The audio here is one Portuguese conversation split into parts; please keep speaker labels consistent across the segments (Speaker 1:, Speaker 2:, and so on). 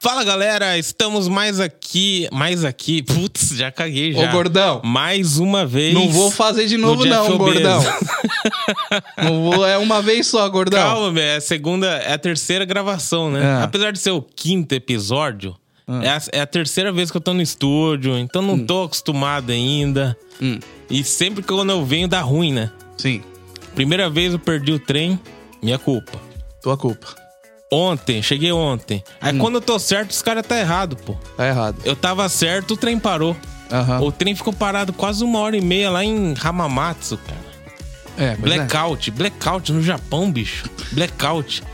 Speaker 1: Fala galera, estamos mais aqui, mais aqui. Putz, já caguei já.
Speaker 2: Ô, gordão.
Speaker 1: Mais uma vez.
Speaker 2: Não vou fazer de novo,
Speaker 1: Jeff
Speaker 2: não,
Speaker 1: Bezos.
Speaker 2: gordão. Não vou, é uma vez só, gordão.
Speaker 1: Calma, meu, é a segunda, é a terceira gravação, né?
Speaker 2: É. Ah.
Speaker 1: Apesar de ser o quinto episódio, é, a, é a terceira vez que eu tô no estúdio, então não tô acostumado ainda.
Speaker 2: Hum,
Speaker 1: E sempre que quando eu venho dá ruim, né?
Speaker 2: sim,
Speaker 1: Primeira vez eu perdi o trem, minha culpa.
Speaker 2: tua culpa.
Speaker 1: Ontem, cheguei ontem. Aí
Speaker 2: Hum.
Speaker 1: quando eu tô certo, os caras tá errado, pô.
Speaker 2: Tá errado.
Speaker 1: Eu tava certo, o trem parou.
Speaker 2: Aham.
Speaker 1: O trem ficou parado quase uma hora e meia lá em Hamamatsu, cara.
Speaker 2: É, mas é.
Speaker 1: Blackout, blackout no Japão, bicho. Blackout.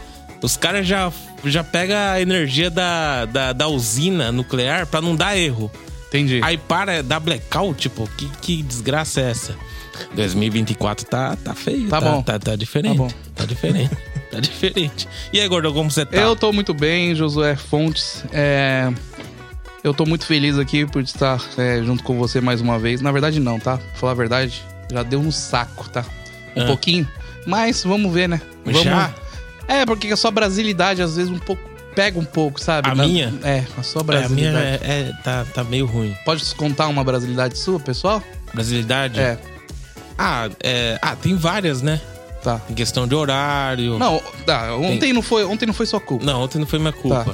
Speaker 1: Os caras já, já pegam a energia da, da, da usina nuclear pra não dar erro.
Speaker 2: Entendi.
Speaker 1: Aí para, dá blackout, pô. Que, que desgraça é essa? 2024 tá, tá feio.
Speaker 2: Tá bom.
Speaker 1: Tá, tá diferente.
Speaker 2: Tá
Speaker 1: Tá,
Speaker 2: bom.
Speaker 1: diferente. tá diferente. E aí, Gordão, como você tá?
Speaker 2: Eu tô muito bem, Josué Fontes. É, Eu tô muito feliz aqui por estar é, junto com você mais uma vez. Na verdade, não, tá? Pra falar a verdade, já deu um saco, tá? Um
Speaker 1: Ah.
Speaker 2: pouquinho. Mas vamos ver, né? Vamos...
Speaker 1: Já?
Speaker 2: É, porque a sua brasilidade às vezes um pouco. Pega um pouco, sabe?
Speaker 1: A
Speaker 2: Na-
Speaker 1: minha?
Speaker 2: É, a sua
Speaker 1: É, a minha
Speaker 2: brasilidade.
Speaker 1: é, é, tá, tá meio ruim.
Speaker 2: Pode contar uma brasilidade sua, pessoal?
Speaker 1: Brasilidade?
Speaker 2: É,
Speaker 1: Ah, é, ah, tem várias, né?
Speaker 2: tá.
Speaker 1: Em questão de horário.
Speaker 2: Não, tá, ontem não foi, ontem não foi sua culpa.
Speaker 1: Não, ontem não foi minha culpa.
Speaker 2: Tá.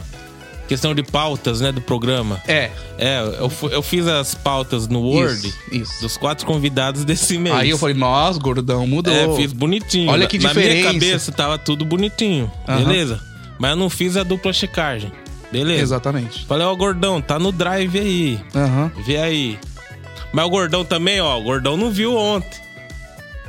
Speaker 1: Questão de pautas, né, do programa.
Speaker 2: É.
Speaker 1: É, eu, fu- eu fiz as pautas no Word
Speaker 2: Isso. isso.
Speaker 1: dos quatro convidados desse mês.
Speaker 2: Aí eu falei, nossa, gordão, mudou.
Speaker 1: É, fiz bonitinho.
Speaker 2: Olha que
Speaker 1: Na
Speaker 2: diferença.
Speaker 1: minha cabeça tava tudo bonitinho,
Speaker 2: Aham.
Speaker 1: beleza? Mas eu não fiz a dupla checagem, beleza?
Speaker 2: Exatamente.
Speaker 1: Falei, ó, gordão, tá no drive aí,
Speaker 2: Aham.
Speaker 1: vê aí. Mas o gordão também, ó, o gordão não viu ontem.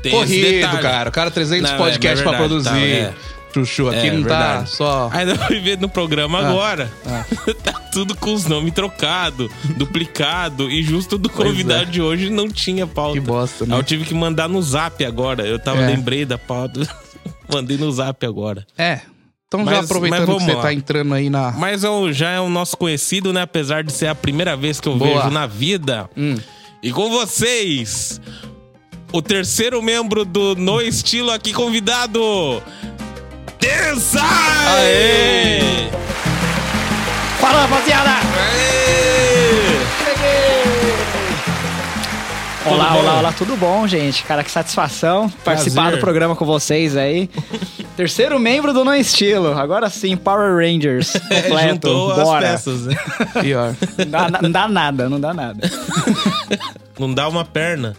Speaker 1: Tem esse
Speaker 2: Corrido,
Speaker 1: detalhe.
Speaker 2: cara. O cara 300
Speaker 1: Não,
Speaker 2: podcasts
Speaker 1: é,
Speaker 2: pra
Speaker 1: mas é
Speaker 2: produzir.
Speaker 1: verdade,
Speaker 2: Chuchu, aqui
Speaker 1: É,
Speaker 2: não tá
Speaker 1: verdade.
Speaker 2: só.
Speaker 1: Ainda fui ver no programa
Speaker 2: Ah.
Speaker 1: agora.
Speaker 2: Ah.
Speaker 1: tá tudo com os nomes trocado, duplicado e justo do
Speaker 2: Pois
Speaker 1: convidado
Speaker 2: é.
Speaker 1: de hoje não tinha pauta.
Speaker 2: Que bosta, né?
Speaker 1: Aí eu tive que mandar no zap agora. Eu tava
Speaker 2: É.
Speaker 1: lembrei da pauta. Mandei no zap agora.
Speaker 2: É. Então já
Speaker 1: Mas- mas
Speaker 2: aproveitando que
Speaker 1: vamos
Speaker 2: você
Speaker 1: lá.
Speaker 2: tá entrando aí na.
Speaker 1: Mas eu, já é o nosso conhecido, né? Apesar de ser a primeira vez que eu
Speaker 2: Boa.
Speaker 1: vejo na vida.
Speaker 2: Hum.
Speaker 1: E com vocês, o terceiro membro do No Estilo aqui convidado. Desai!
Speaker 2: Aê!
Speaker 3: Fala, rapaziada!
Speaker 1: Aê! Tudo
Speaker 3: Olá,
Speaker 1: bom?
Speaker 3: olá, olá, tudo bom, gente? Cara, que satisfação participar do programa com vocês aí. Terceiro membro do No Estilo, agora sim, Power Rangers.
Speaker 1: É,
Speaker 3: Completo,
Speaker 1: juntou
Speaker 3: bora.
Speaker 1: as peças, né?
Speaker 2: Pior.
Speaker 3: Não dá, na- não dá nada, não dá nada.
Speaker 1: Não dá uma perna.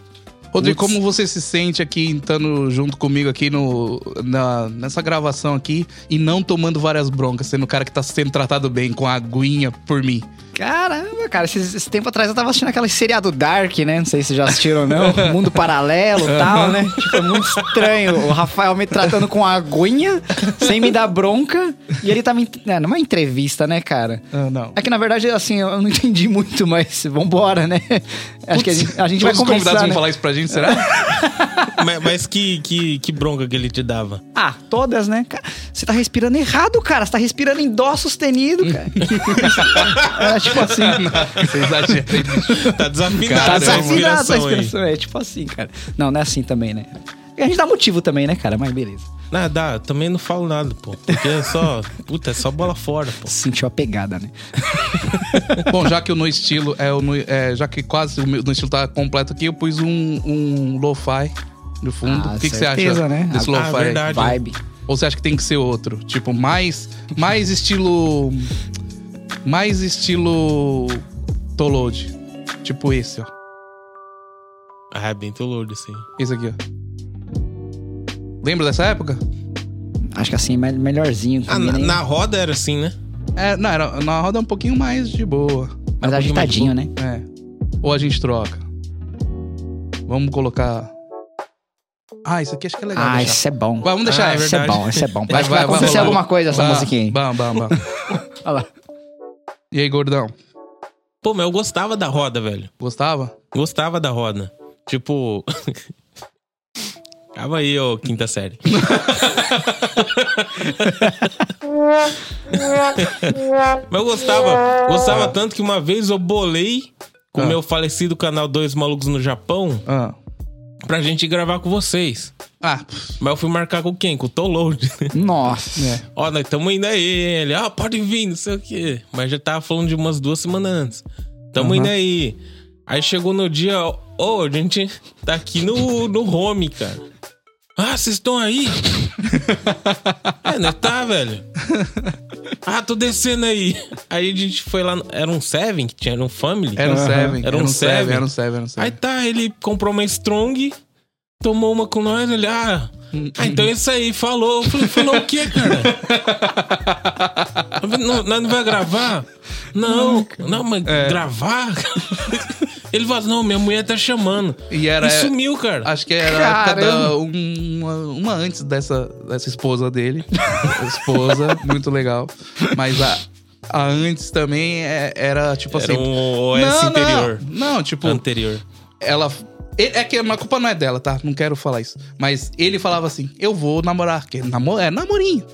Speaker 2: Rodrigo,
Speaker 1: Putz.
Speaker 2: como você se sente aqui estando junto comigo aqui no, na- nessa gravação aqui e não tomando várias broncas, sendo o cara que tá sendo tratado bem com a aguinha por mim?
Speaker 3: Caramba, cara, esses- esse, tempo atrás eu tava assistindo aquela seriado Dark, né? Não sei se já assistiram ou não. Mundo Paralelo e tal, né? Tipo, é muito estranho. O Rafael me tratando com aguinha, sem me dar bronca. E ele tá me. É, numa entrevista, né, cara?
Speaker 2: Ah, não.
Speaker 3: É que na verdade, assim, eu não entendi muito, mas vambora, né? Acho que a gente, a gente vai
Speaker 2: Todos os convidados
Speaker 3: conversar,
Speaker 2: vão
Speaker 3: né?
Speaker 2: falar isso né? pra gente, será?
Speaker 1: mas mas que, que, que bronca que ele te dava.
Speaker 3: Ah, todas, né? Cara, você tá respirando errado, cara. Você tá respirando em dó sustenido, cara. Era tipo assim.
Speaker 2: Você exagera. hein, bicho?
Speaker 1: Tá desafinado
Speaker 2: Tá
Speaker 1: tá
Speaker 3: Tá
Speaker 1: essa
Speaker 3: assinado essa
Speaker 1: respiração aí.
Speaker 3: expressão. É tipo assim, cara. Não, não é assim também, né? A gente dá motivo também, né, cara? Mas beleza.
Speaker 1: Não, dá, também não falo nada, pô. Porque é só. Puta, é só bola fora, pô.
Speaker 3: Sentiu a pegada, né?
Speaker 2: Bom, já que o No Estilo é o. no- é, já que quase o meu- No Estilo tá completo aqui, eu pus um, um lo-fi no fundo.
Speaker 3: Ah,
Speaker 2: o que, que você
Speaker 3: certeza,
Speaker 2: acha
Speaker 3: né?
Speaker 2: desse
Speaker 3: Ah,
Speaker 2: lo-fi? aí?
Speaker 1: verdade.
Speaker 3: Vibe.
Speaker 2: Ou você acha que tem que ser outro? Tipo, mais. Mais estilo. Mais estilo. Tolode. Tipo esse, ó.
Speaker 1: Ah, é bem tolordo isso aí.
Speaker 2: Esse aqui, ó. Lembra dessa época?
Speaker 3: Acho que assim, me- melhorzinho.
Speaker 1: Ah,
Speaker 3: combina,
Speaker 1: na,
Speaker 3: hein?
Speaker 1: na roda era assim, né?
Speaker 2: É, não, era na roda é um pouquinho mais de boa.
Speaker 3: Mas
Speaker 1: na-
Speaker 3: agitadinho, né?
Speaker 2: É. Ou a gente troca. Vamos colocar. Ah, isso aqui acho que é legal.
Speaker 3: Ah,
Speaker 2: deixar.
Speaker 3: isso é bom.
Speaker 2: Vamos deixar,
Speaker 1: Ah,
Speaker 2: é
Speaker 3: Isso é
Speaker 2: verdade.
Speaker 3: bom, isso é bom. Vai, vai
Speaker 2: vai,
Speaker 3: acontecer
Speaker 2: vai,
Speaker 3: alguma
Speaker 2: vai.
Speaker 3: coisa essa
Speaker 2: Bah,
Speaker 3: musiquinha aí.
Speaker 2: Bam, bam, bam.
Speaker 3: Olha lá.
Speaker 2: E aí, gordão?
Speaker 1: Pô, mas eu gostava da roda, velho.
Speaker 2: Gostava?
Speaker 1: Gostava da roda. Tipo. Calma aí, ô quinta série. Mas eu gostava, gostava tanto que uma vez eu bolei com o
Speaker 2: Ah.
Speaker 1: meu falecido canal Dois Malucos no Japão
Speaker 2: Ah.
Speaker 1: pra gente gravar com vocês.
Speaker 2: Ah, pff,
Speaker 1: Mas eu fui marcar com quem? Com o Toload.
Speaker 3: Nossa.
Speaker 2: é.
Speaker 1: Ó, nós estamos indo aí. Ele, ó, pode vir, não sei o quê. Mas já tava falando de umas duas semanas antes. Tamo indo aí. Aí chegou no dia, ó, ô, a gente tá aqui no, no home, cara. Ah, vocês estão aí? é, né? Tá, velho. Ah, tô descendo aí. Aí a gente foi lá. no- Era um Seven que tinha, era um Family.
Speaker 2: Era um
Speaker 3: Aham.
Speaker 2: Seven.
Speaker 1: Era um Seven.
Speaker 2: Era um Seven, era um Seven.
Speaker 1: Aí tá, ele comprou uma Strong, tomou uma com nós, ele, ah, ah, então é isso aí, falou. Eu falei, falou o quê, cara? Eu falei, não, nós não vai gravar? Não, não, mas
Speaker 2: É.
Speaker 1: gravar? Ele falou, não, minha mulher tá chamando.
Speaker 2: E era- é Ah,
Speaker 1: E sumiu, cara.
Speaker 2: Acho que era a época da, um,
Speaker 3: Caramba.
Speaker 2: uma, uma antes dessa, dessa esposa dele. esposa, muito legal. Mas a, a antes também é- era tipo
Speaker 1: Era
Speaker 2: assim.
Speaker 1: um OS interior.
Speaker 2: Não, não, tipo,
Speaker 1: Anterior.
Speaker 2: ela. ele- É que a culpa não é dela, tá? Não quero falar isso. Mas ele falava assim: eu vou namorar. Que é namo- é namorinho.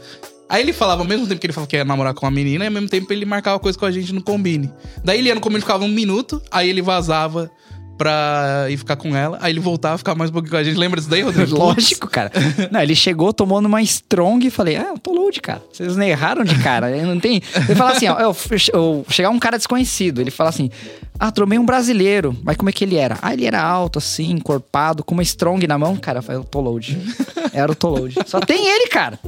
Speaker 2: Aí ele falava, ao mesmo tempo que ele falava que ia namorar com a menina, e ao mesmo tempo ele marcava coisa com a gente no combine. Daí ele ia no combine, ficava um minuto, aí ele vazava pra ir ficar com ela, aí ele voltava, ficava mais um pouquinho com a gente. Lembra disso daí, Rodrigo?
Speaker 3: Lógico, cara. Não, ele chegou, tomou numa strong e falei, ah, eu tô load, cara. Vocês não erraram de cara. Ele não tem. Ele fala assim, ó, eu, eu- chegar um cara desconhecido, ele fala assim, ah, tromei um brasileiro. Mas como é que ele era? Ah, ele era alto, assim, encorpado, com uma strong na mão, cara. Eu falei, eu tô load. Era o tô load. Só tem ele, cara.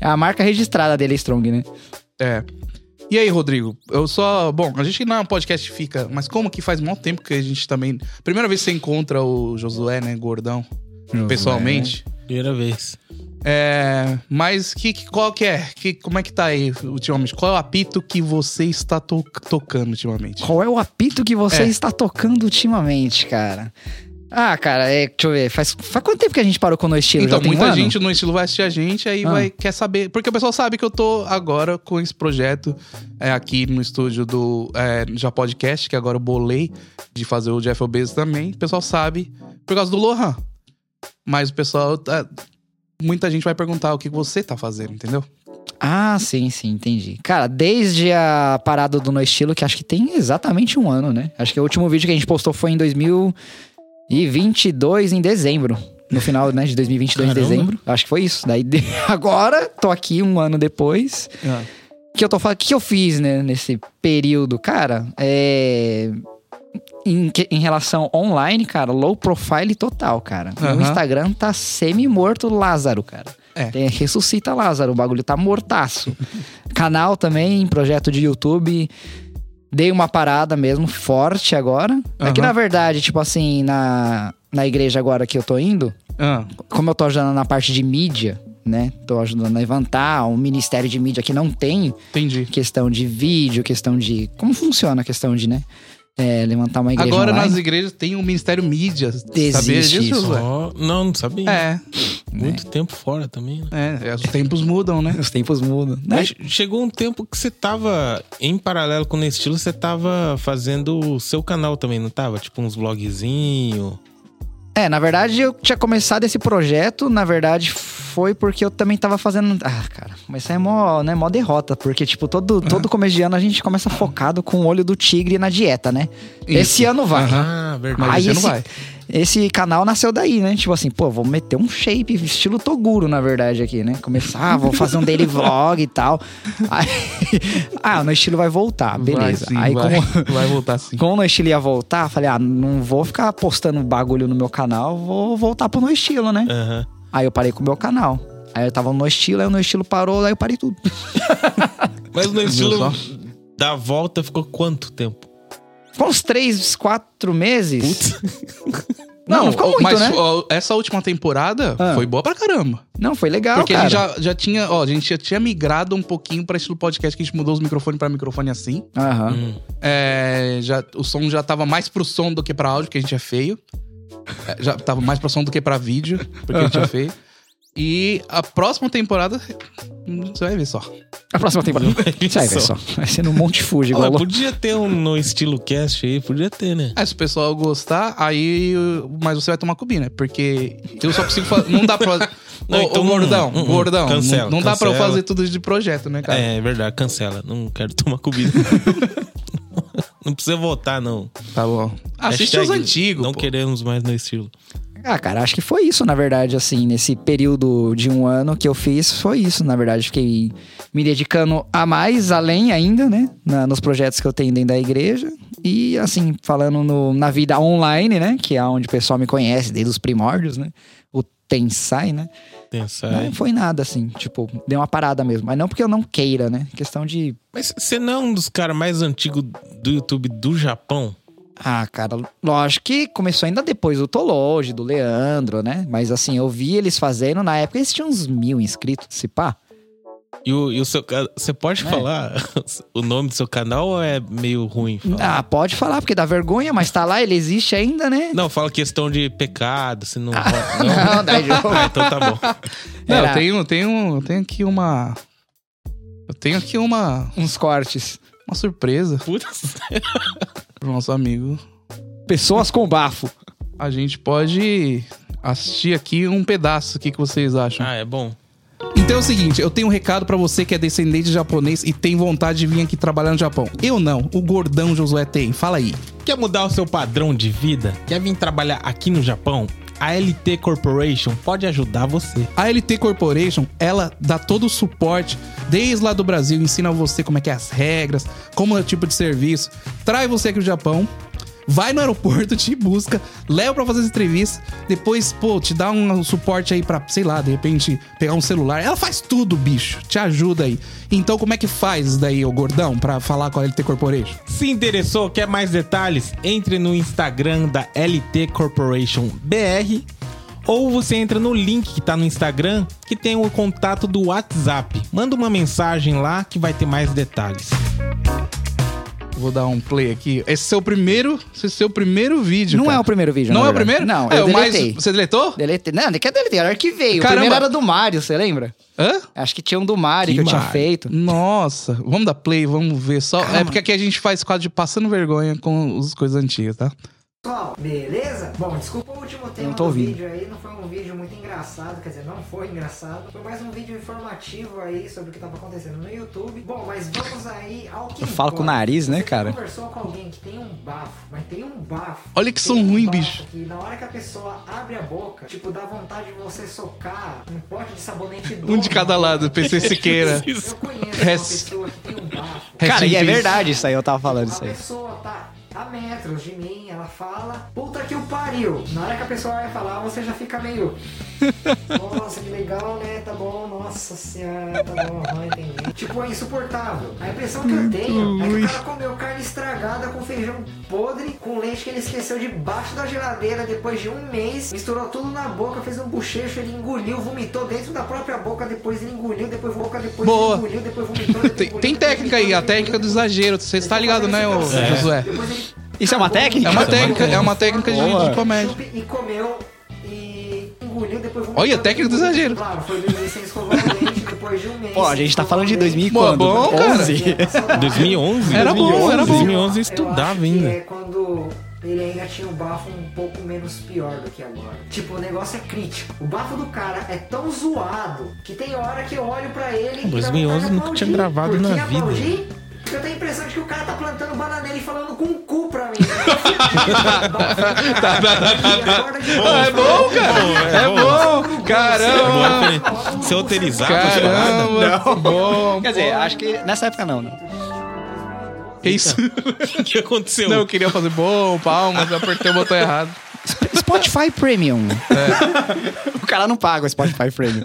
Speaker 3: É a marca registrada dele, é strong, né?
Speaker 2: É. E aí, Rodrigo? Eu só. Bom, a gente não é um podcast fica, mas como que faz muito tempo que a gente também. Primeira vez que você encontra o Josué, né, gordão,
Speaker 3: né?
Speaker 2: pessoalmente.
Speaker 1: Primeira vez.
Speaker 2: É, mas que, que- qual que é? Que, como é que tá aí ultimamente? Qual é o apito que você está to- tocando ultimamente?
Speaker 3: Qual é o apito que você
Speaker 2: É.
Speaker 3: está tocando ultimamente, cara? Ah, cara, é, deixa eu ver. Faz, faz quanto tempo que a gente parou com o No Estilo?
Speaker 2: Então,
Speaker 3: Já tem um
Speaker 2: muita
Speaker 3: ano?
Speaker 2: gente no estilo vai assistir a gente aí
Speaker 3: Ah.
Speaker 2: vai quer saber. Porque o pessoal sabe que eu tô agora com esse projeto é, aqui no estúdio do é, Já Podcast, que agora eu bolei de fazer o Jeff Bezos também. O pessoal sabe por causa do Lohan. Mas o pessoal. tá- muita gente vai perguntar o que você tá fazendo, entendeu?
Speaker 3: Ah, sim, sim, entendi. Cara, desde a parada do No Estilo, que acho que tem exatamente um ano, né? Acho que o último vídeo que a gente postou foi em 2022, em dezembro. No final, né, de 2022, em
Speaker 1: Caramba.
Speaker 3: dezembro. Acho que foi isso. Daí, de- agora, tô aqui um ano depois. que eu tô falando, que eu fiz, né, nesse período, cara, é em, que- em relação online, cara, low profile total, cara.
Speaker 2: Aham.
Speaker 3: O Instagram tá semi-morto Lázaro, cara.
Speaker 2: É.
Speaker 3: Tem- ressuscita Lázaro, o bagulho tá mortaço. Canal também, projeto de YouTube. Dei uma parada mesmo, forte agora. É que,
Speaker 2: Aham.
Speaker 3: na verdade, tipo assim, na, na igreja agora que eu tô indo,
Speaker 2: Ah,
Speaker 3: como eu tô ajudando na parte de mídia, né? Tô ajudando a levantar um ministério de mídia que não tem
Speaker 2: entendi.
Speaker 3: questão de vídeo, questão de. Como funciona a questão de, né? é, levantar uma igreja.
Speaker 2: Agora
Speaker 3: online.
Speaker 2: nas igrejas tem o Ministério Mídia. Sabia
Speaker 3: Existe
Speaker 2: disso,
Speaker 3: isso.
Speaker 2: Josué?
Speaker 1: Ó, não, não sabia.
Speaker 2: É,
Speaker 1: Muito tempo fora também, né?
Speaker 2: é, é, os tempos mudam, né?
Speaker 3: Os tempos mudam. né?
Speaker 1: Mas chegou um tempo que você tava, em paralelo com o estilo, você tava fazendo o seu canal também, não tava? Tipo uns vlogzinhos.
Speaker 3: É, na verdade, eu tinha começado esse projeto, na verdade, foi porque eu também tava fazendo. Ah, cara, mas isso é mó, né, mó derrota, porque, tipo, todo, todo começo de ano a gente começa focado com o olho do tigre na dieta, né?
Speaker 2: Isso.
Speaker 3: Esse ano vai.
Speaker 2: Aham.
Speaker 1: Ah,
Speaker 2: Mas
Speaker 1: verdade.
Speaker 3: Aí
Speaker 2: você
Speaker 3: esse-
Speaker 2: não vai.
Speaker 3: Esse canal nasceu daí, né? Tipo assim, pô, vou meter um shape, estilo Toguro, na verdade, aqui, né? Começar, vou fazer um daily vlog e tal. Aí- ah, o meu estilo vai voltar, beleza.
Speaker 2: Vai, sim,
Speaker 3: Aí
Speaker 2: vai.
Speaker 3: como...
Speaker 2: vai voltar sim.
Speaker 3: Como o meu estilo ia voltar, eu falei, ah, não vou ficar postando bagulho no meu canal, vou voltar pro meu estilo, né?
Speaker 1: Aham.
Speaker 3: Aí eu parei com o meu canal. Aí eu tava no estilo, aí o meu estilo parou, aí eu parei tudo.
Speaker 1: Mas no
Speaker 2: Viu
Speaker 1: estilo
Speaker 2: só?
Speaker 1: da volta ficou quanto tempo?
Speaker 3: Ficou uns três, quatro meses. Não, não, ficou muito,
Speaker 2: mas
Speaker 3: né?
Speaker 2: ó, essa última temporada
Speaker 3: Ah.
Speaker 2: foi boa pra caramba.
Speaker 3: Não, foi legal,
Speaker 2: porque
Speaker 3: cara.
Speaker 2: a gente já, já tinha, ó, a gente já tinha migrado um pouquinho pra estilo podcast, que a gente mudou os microfones pra microfone assim.
Speaker 3: Aham.
Speaker 1: Hum.
Speaker 2: É, já, o som já tava mais pro som do que pra áudio, porque a gente é feio. É, já tava mais pro som do que pra vídeo, porque a gente é feio. E a próxima temporada, hum, você vai ver só.
Speaker 3: A próxima temporada. Isso aí,
Speaker 1: Isso.
Speaker 3: pessoal. Vai ser no Monte Fuji,
Speaker 1: Olha,
Speaker 3: igual o
Speaker 1: podia ter um no estilo cast aí, podia ter, né?
Speaker 2: Aí se o pessoal gostar, aí. Mas você vai tomar cubi, né? Porque eu só consigo fazer. Não dá pra.
Speaker 1: Não,
Speaker 2: ô,
Speaker 1: então
Speaker 2: ô,
Speaker 1: não-
Speaker 2: gordão,
Speaker 1: não, não.
Speaker 2: gordão. não-
Speaker 1: Cancela,
Speaker 2: não dá pra eu
Speaker 1: cancela.
Speaker 2: fazer tudo de projeto, né, cara?
Speaker 1: É, é verdade, cancela. Não quero tomar comida. Não precisa votar, não.
Speaker 2: Tá bom. Assiste os
Speaker 1: Hashtag
Speaker 2: antigos.
Speaker 1: Não
Speaker 2: pô.
Speaker 1: queremos mais no estilo.
Speaker 3: Ah, cara, acho que foi isso, na verdade, assim, nesse período de um ano que eu fiz, foi isso, na verdade. Fiquei me dedicando a mais, além ainda, né? na- nos projetos que eu tenho dentro da igreja. E, assim, falando no- na vida online, né? Que é onde o pessoal me conhece desde os primórdios, né? O Tensai, né?
Speaker 1: Pensar.
Speaker 3: Não foi nada, assim, tipo, deu uma parada mesmo. Mas não porque eu não queira, né? Questão de.
Speaker 1: Mas você não é um dos caras mais antigos do YouTube do Japão?
Speaker 3: Ah, cara, lógico que começou ainda depois do Tologe, do Leandro, né? Mas assim, eu vi eles fazendo, na época eles tinham uns mil inscritos, se pá.
Speaker 1: E o, e o seu. ca- Você pode
Speaker 3: É.
Speaker 1: falar o nome do seu canal ou é meio ruim? falar?
Speaker 3: Ah, pode falar, porque dá vergonha, mas tá lá, ele existe ainda, né?
Speaker 1: Não, fala questão de pecado, se não. rola- não.
Speaker 3: Não, daí jogo.
Speaker 1: Ah, então tá bom.
Speaker 2: Não,
Speaker 3: Era
Speaker 2: eu tenho, eu tenho, eu tenho aqui uma. Eu tenho aqui uma,
Speaker 3: uns cortes.
Speaker 2: uma surpresa
Speaker 1: Putz.
Speaker 2: pro nosso amigo.
Speaker 3: Pessoas com bafo.
Speaker 2: A gente pode assistir aqui um pedaço. O que, que vocês acham?
Speaker 1: Ah, é bom.
Speaker 2: Então é o seguinte, eu tenho um recado pra você que é descendente de japonês e tem vontade de vir aqui trabalhar no Japão. Eu não, o gordão Josué tem. Fala aí.
Speaker 1: Quer mudar o seu padrão de vida? Quer vir trabalhar aqui no Japão? A LT Corporation pode ajudar você.
Speaker 2: A LT Corporation, ela dá todo o suporte desde lá do Brasil, ensina você como é que é as regras, como é o tipo de serviço, traz você aqui no Japão, vai no aeroporto, te busca, leva pra fazer as entrevistas, depois, pô, te dá um suporte aí pra, sei lá, de repente pegar um celular. Ela faz tudo, bicho, te ajuda aí. Então, como é que faz isso daí, ô gordão, pra falar com a LT Corporation?
Speaker 1: Se interessou, quer mais detalhes? Entre no Instagram da LT Corporation BR ou você entra no link que tá no Instagram que tem o contato do WhatsApp. Manda uma mensagem lá que vai ter mais detalhes.
Speaker 2: Vou dar um play aqui. Esse é o primeiro, esse é o primeiro vídeo.
Speaker 3: Não
Speaker 2: cara.
Speaker 3: é o primeiro vídeo,
Speaker 2: Não
Speaker 3: na
Speaker 2: é o
Speaker 3: verdade.
Speaker 2: primeiro?
Speaker 3: Não,
Speaker 2: é
Speaker 3: eu
Speaker 2: o mais.
Speaker 3: deletei.
Speaker 2: Você deletou?
Speaker 3: Deletei. Não, nem que eu deletei, era que veio. O
Speaker 2: Caramba.
Speaker 3: primeiro era do Mario, você lembra?
Speaker 2: Hã?
Speaker 3: Acho que tinha um do Mario que, eu tinha
Speaker 1: Mario?
Speaker 3: feito.
Speaker 2: Nossa, vamos dar play, vamos ver só. É porque aqui a gente faz quadro de passando vergonha com as coisas antigas, tá?
Speaker 4: Pessoal, beleza? Bom, desculpa o último tema
Speaker 3: tô
Speaker 4: do
Speaker 3: ouvindo.
Speaker 4: vídeo aí, não foi um vídeo muito engraçado, quer dizer, não foi engraçado. Foi mais um vídeo informativo aí sobre o que tava acontecendo no YouTube. Bom, mas vamos aí ao que
Speaker 3: Eu falo com o
Speaker 4: importa.
Speaker 3: nariz, né,
Speaker 4: Você que
Speaker 3: cara?
Speaker 4: conversou com alguém que tem um bafo, mas tem um bafo.
Speaker 2: Olha que
Speaker 4: tem um
Speaker 2: som ruim,
Speaker 4: bafo
Speaker 2: bicho.
Speaker 4: Que na hora que a pessoa abre a boca, tipo, dá vontade de você socar um pote de sabonete
Speaker 2: Um de
Speaker 4: novo.
Speaker 2: cada lado, PC Siqueira.
Speaker 4: Eu conheço uma
Speaker 2: Res-
Speaker 4: pessoa que tem um bafo.
Speaker 3: Cara, e é
Speaker 2: Rest in peace.
Speaker 3: verdade isso aí, eu tava falando isso
Speaker 4: A
Speaker 3: aí.
Speaker 4: pessoa tá a metros de mim, ela fala, puta que o pariu. Na hora que a pessoa vai falar, você já fica meio. Nossa, que legal, né? Tá bom, nossa senhora, tá bom, não entendi. Tipo, é insuportável. A impressão que eu tenho é que o cara comeu carne estragada com feijão podre, com leite que ele esqueceu debaixo da geladeira depois de um mês, misturou tudo na boca, fez um bochecho, ele engoliu, vomitou dentro da própria boca, depois ele engoliu, depois boca, depois
Speaker 2: Boa.
Speaker 4: ele engoliu, depois vomitou. depois
Speaker 2: Tem,
Speaker 4: engoliu,
Speaker 2: tem
Speaker 4: depois
Speaker 2: técnica aí,
Speaker 4: vomitou,
Speaker 2: a
Speaker 4: depois
Speaker 2: técnica do
Speaker 4: engoliu.
Speaker 2: exagero. Vocês tá ligado, né, ô
Speaker 4: É.
Speaker 2: Josué?
Speaker 3: Isso é uma técnica?
Speaker 2: É uma técnica, é uma técnica de,
Speaker 3: Boa.
Speaker 2: de comédia.
Speaker 4: E comeu e engoliu, depois vomitou.
Speaker 2: Olha, técnica do exagero.
Speaker 4: Claro, foi dormir sem escovar o dente, depois de um mês.
Speaker 3: Pô, a gente tá falando de 2000 e
Speaker 2: Pô,
Speaker 3: quando? né?
Speaker 2: bom, cara.
Speaker 3: 11?
Speaker 1: 2011?
Speaker 2: Era bom, era bom.
Speaker 1: 2011 eu estudava
Speaker 4: Eu acho que
Speaker 1: ainda.
Speaker 4: É quando ele ainda tinha um bafo um pouco menos pior do que agora. Tipo, o negócio é crítico. O bafo do cara é tão zoado que tem hora que eu olho pra ele. e dá
Speaker 1: 2011
Speaker 4: vontade de
Speaker 1: nunca tinha gravado
Speaker 4: aplaudir. Por que
Speaker 1: na vida.
Speaker 4: aplaudir? Porque eu tenho a impressão de que o cara tá plantando bananeira e falando com o cu pra mim. tá,
Speaker 2: Ah, é bom, cara. É bom. Caramba.
Speaker 1: É né? Você "Ah, autorizava?
Speaker 2: Caramba. Bom.
Speaker 3: Quer dizer, acho que nessa época não, né?
Speaker 2: Que isso?
Speaker 1: O que aconteceu?
Speaker 2: Não, eu queria fazer bom, palmas, apertei o botão errado.
Speaker 3: Spotify Premium. o cara não paga o Spotify Premium.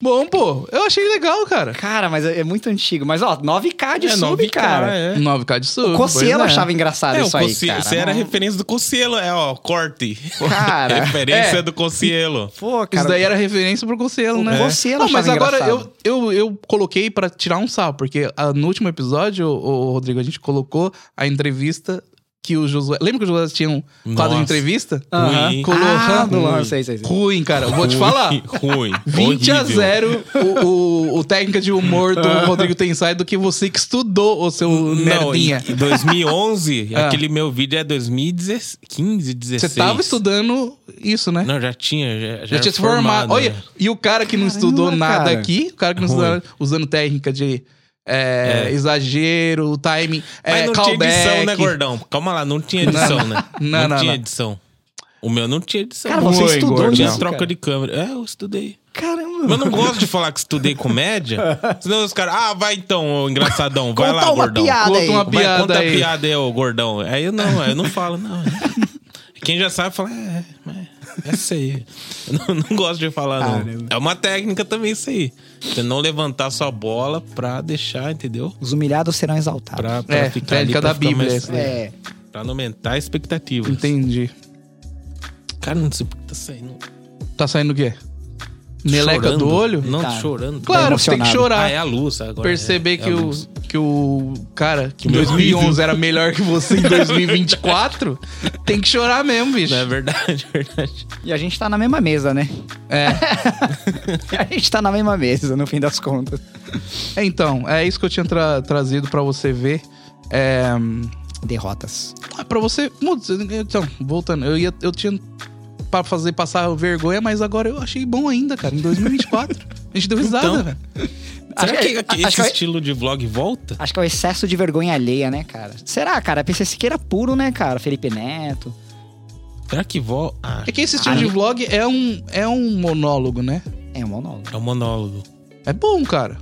Speaker 2: Bom, pô, eu achei legal, cara.
Speaker 3: Cara, mas é é muito antigo. Mas ó, 9K de
Speaker 1: É,
Speaker 3: sub,
Speaker 1: 9K,
Speaker 3: cara.
Speaker 1: é.
Speaker 2: 9K de sub.
Speaker 3: Cossielo
Speaker 2: pois é.
Speaker 3: achava engraçado
Speaker 1: É, o
Speaker 3: isso aí,
Speaker 1: Cossielo-
Speaker 3: cara.
Speaker 1: Você era
Speaker 3: Não-
Speaker 1: referência do Cossielo, é, ó, corte.
Speaker 3: Cara,
Speaker 1: referência
Speaker 2: é.
Speaker 1: do Cossielo.
Speaker 3: Pô, cara.
Speaker 2: Isso daí era referência pro Conselho, né?
Speaker 3: Conselho
Speaker 2: Não, mas
Speaker 3: achava
Speaker 2: agora eu,
Speaker 3: engraçado.
Speaker 2: eu, eu coloquei pra tirar um sal, porque ah, no último episódio, o, Rodrigo, a gente colocou a entrevista que o Josué. Lembra que o Josué tinha um quadro
Speaker 1: Nossa.
Speaker 2: de entrevista?
Speaker 3: Aham.
Speaker 1: Ruim.
Speaker 2: Colou
Speaker 3: Ah,
Speaker 2: errado.
Speaker 3: do Lan, sei, sei, sei.
Speaker 2: Ruim, cara. Eu vou te falar.
Speaker 1: Ruim.
Speaker 2: 20 a
Speaker 1: horrível.
Speaker 2: 0 o, o, o técnica de humor do Rodrigo Tensai do que você que estudou, o seu
Speaker 1: Não, em
Speaker 2: nerdinha.
Speaker 1: em 2011,
Speaker 2: Ah.
Speaker 1: aquele meu vídeo é 2015, 16.
Speaker 2: Você tava estudando isso, né?
Speaker 1: Não, já tinha. Já, já,
Speaker 2: Já
Speaker 1: era
Speaker 2: tinha se formado.
Speaker 1: formado,
Speaker 2: Olha,
Speaker 1: né?
Speaker 2: e o cara que não
Speaker 3: Caramba,
Speaker 2: estudou nada
Speaker 3: cara.
Speaker 2: aqui, o cara que não estudou
Speaker 1: Ruim.
Speaker 2: nada, usando técnica de é, exagero, timing, é,
Speaker 1: Mas não tinha
Speaker 2: callback.
Speaker 1: edição, né, gordão? Calma lá, não tinha edição, né?
Speaker 2: Não, não,
Speaker 1: tinha
Speaker 2: não.
Speaker 1: edição. O meu não tinha edição.
Speaker 3: Cara, você
Speaker 2: Oi,
Speaker 3: estudou
Speaker 2: gordão.
Speaker 1: tinha
Speaker 3: nisso,
Speaker 1: troca
Speaker 3: cara.
Speaker 1: de câmera. É, eu estudei.
Speaker 3: Caramba.
Speaker 1: Mas eu não gosto de falar que estudei comédia. Senão os caras, ah, vai então, ô engraçadão, vai
Speaker 3: Conta
Speaker 1: lá,
Speaker 3: uma
Speaker 1: gordão.
Speaker 3: piada
Speaker 2: Conta
Speaker 3: aí.
Speaker 2: uma
Speaker 1: Vai,
Speaker 2: piada
Speaker 1: conta
Speaker 2: aí.
Speaker 1: a piada aí, ô gordão. Aí eu não, aí eu não falo, não. Quem já sabe fala, é, mas essa aí. Eu não, não gosto de falar, não.
Speaker 3: Caramba.
Speaker 1: É uma técnica também isso aí. Você não levantar sua bola pra deixar, entendeu?
Speaker 3: Os humilhados serão exaltados.
Speaker 1: Pra, pra
Speaker 2: É,
Speaker 1: ficar ali,
Speaker 2: técnica
Speaker 1: pra
Speaker 2: da
Speaker 1: ficar
Speaker 2: Bíblia,
Speaker 1: mais-
Speaker 2: essa daí.
Speaker 3: É.
Speaker 1: Pra não aumentar a expectativa.
Speaker 2: Entendi.
Speaker 1: Cara, não sei por que tá saindo.
Speaker 2: Tá saindo o quê? Meleca
Speaker 1: chorando.
Speaker 2: do olho?
Speaker 1: Não,
Speaker 3: Cara.
Speaker 1: tô chorando.
Speaker 2: Claro,
Speaker 3: Tá
Speaker 2: você tem que
Speaker 3: emocionado.
Speaker 2: chorar.
Speaker 1: Ah, é a luz agora.
Speaker 2: Perceber
Speaker 1: é- é
Speaker 2: que,
Speaker 1: a
Speaker 2: o,
Speaker 1: luz.
Speaker 2: que o cara que em
Speaker 1: Meu
Speaker 2: 2011 era melhor que você em 2024, tem que chorar mesmo, bicho.
Speaker 1: É verdade, é verdade.
Speaker 3: E a gente tá na mesma mesa, né?
Speaker 2: É.
Speaker 3: A gente tá na mesma mesa, no fim das contas.
Speaker 2: Então, é isso que eu tinha tra- trazido pra você ver. É,
Speaker 3: Derrotas.
Speaker 2: Ah, Pra você. Putz, Então, voltando, eu, ia, eu tinha pra fazer passar vergonha, mas agora eu achei bom ainda, cara. Em 2024. A gente deu risada,
Speaker 1: Então.
Speaker 2: velho.
Speaker 1: Será
Speaker 3: Acho
Speaker 1: que,
Speaker 3: que- é-
Speaker 1: que
Speaker 3: acho
Speaker 1: esse
Speaker 3: que-
Speaker 1: estilo de vlog volta?
Speaker 3: Acho que é o excesso de vergonha alheia, né, cara? Será, cara? PC Siqueira puro, né, cara? Felipe Neto.
Speaker 1: Será que volta? Ah,
Speaker 2: É que esse estilo
Speaker 3: Ah,
Speaker 2: de
Speaker 3: não.
Speaker 2: vlog é um, é um monólogo, né?
Speaker 3: É um monólogo.
Speaker 1: é um monólogo.
Speaker 2: É bom, cara.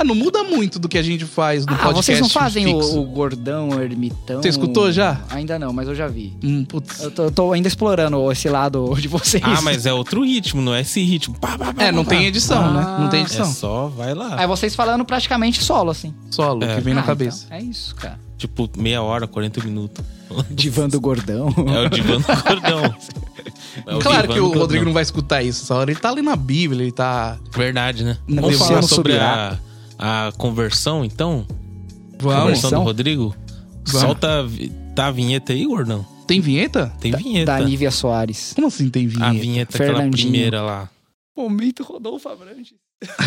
Speaker 2: Ah, não muda muito do que a gente faz no
Speaker 3: Ah,
Speaker 2: podcast.
Speaker 3: vocês não fazem o,
Speaker 2: fixo.
Speaker 3: o gordão, o ermitão.
Speaker 2: Você escutou já?
Speaker 3: Ainda não, mas eu já vi.
Speaker 2: Hum, putz.
Speaker 3: Eu tô, eu tô ainda explorando esse lado de vocês.
Speaker 1: Ah, mas é outro ritmo, não é esse ritmo. Pá, pá, pá,
Speaker 2: É, não
Speaker 1: pá, pá.
Speaker 2: tem edição,
Speaker 3: Ah.
Speaker 2: né? Não tem
Speaker 1: É
Speaker 2: edição.
Speaker 1: só, vai lá.
Speaker 3: É vocês falando praticamente solo, assim.
Speaker 2: Solo,
Speaker 1: É.
Speaker 2: que vem na
Speaker 3: Ah,
Speaker 2: cabeça.
Speaker 3: então, é isso, cara.
Speaker 1: Tipo, meia hora, 40 minutos.
Speaker 3: Divã do gordão.
Speaker 1: É o divã do cordão. É divã
Speaker 2: claro que
Speaker 1: do cordão.
Speaker 2: o Rodrigo não vai escutar isso essa hora. Ele tá ali na Bíblia, ele tá.
Speaker 1: Verdade, né?
Speaker 3: Não,
Speaker 1: Vamos
Speaker 3: Luciano
Speaker 1: falar sobre
Speaker 3: Subirá.
Speaker 1: a, a conversão, então?
Speaker 2: Vamos.
Speaker 1: Conversão do Rodrigo?
Speaker 2: Vamos.
Speaker 1: Solta a vi- tá a vinheta aí, gordão?
Speaker 2: Tem vinheta?
Speaker 1: Tem vinheta.
Speaker 3: Da Nívia Soares.
Speaker 2: Como assim tem vinheta?
Speaker 1: a vinheta, aquela
Speaker 3: Fernandinho.
Speaker 1: primeira lá.
Speaker 3: Momento Rodolfo Abrantes.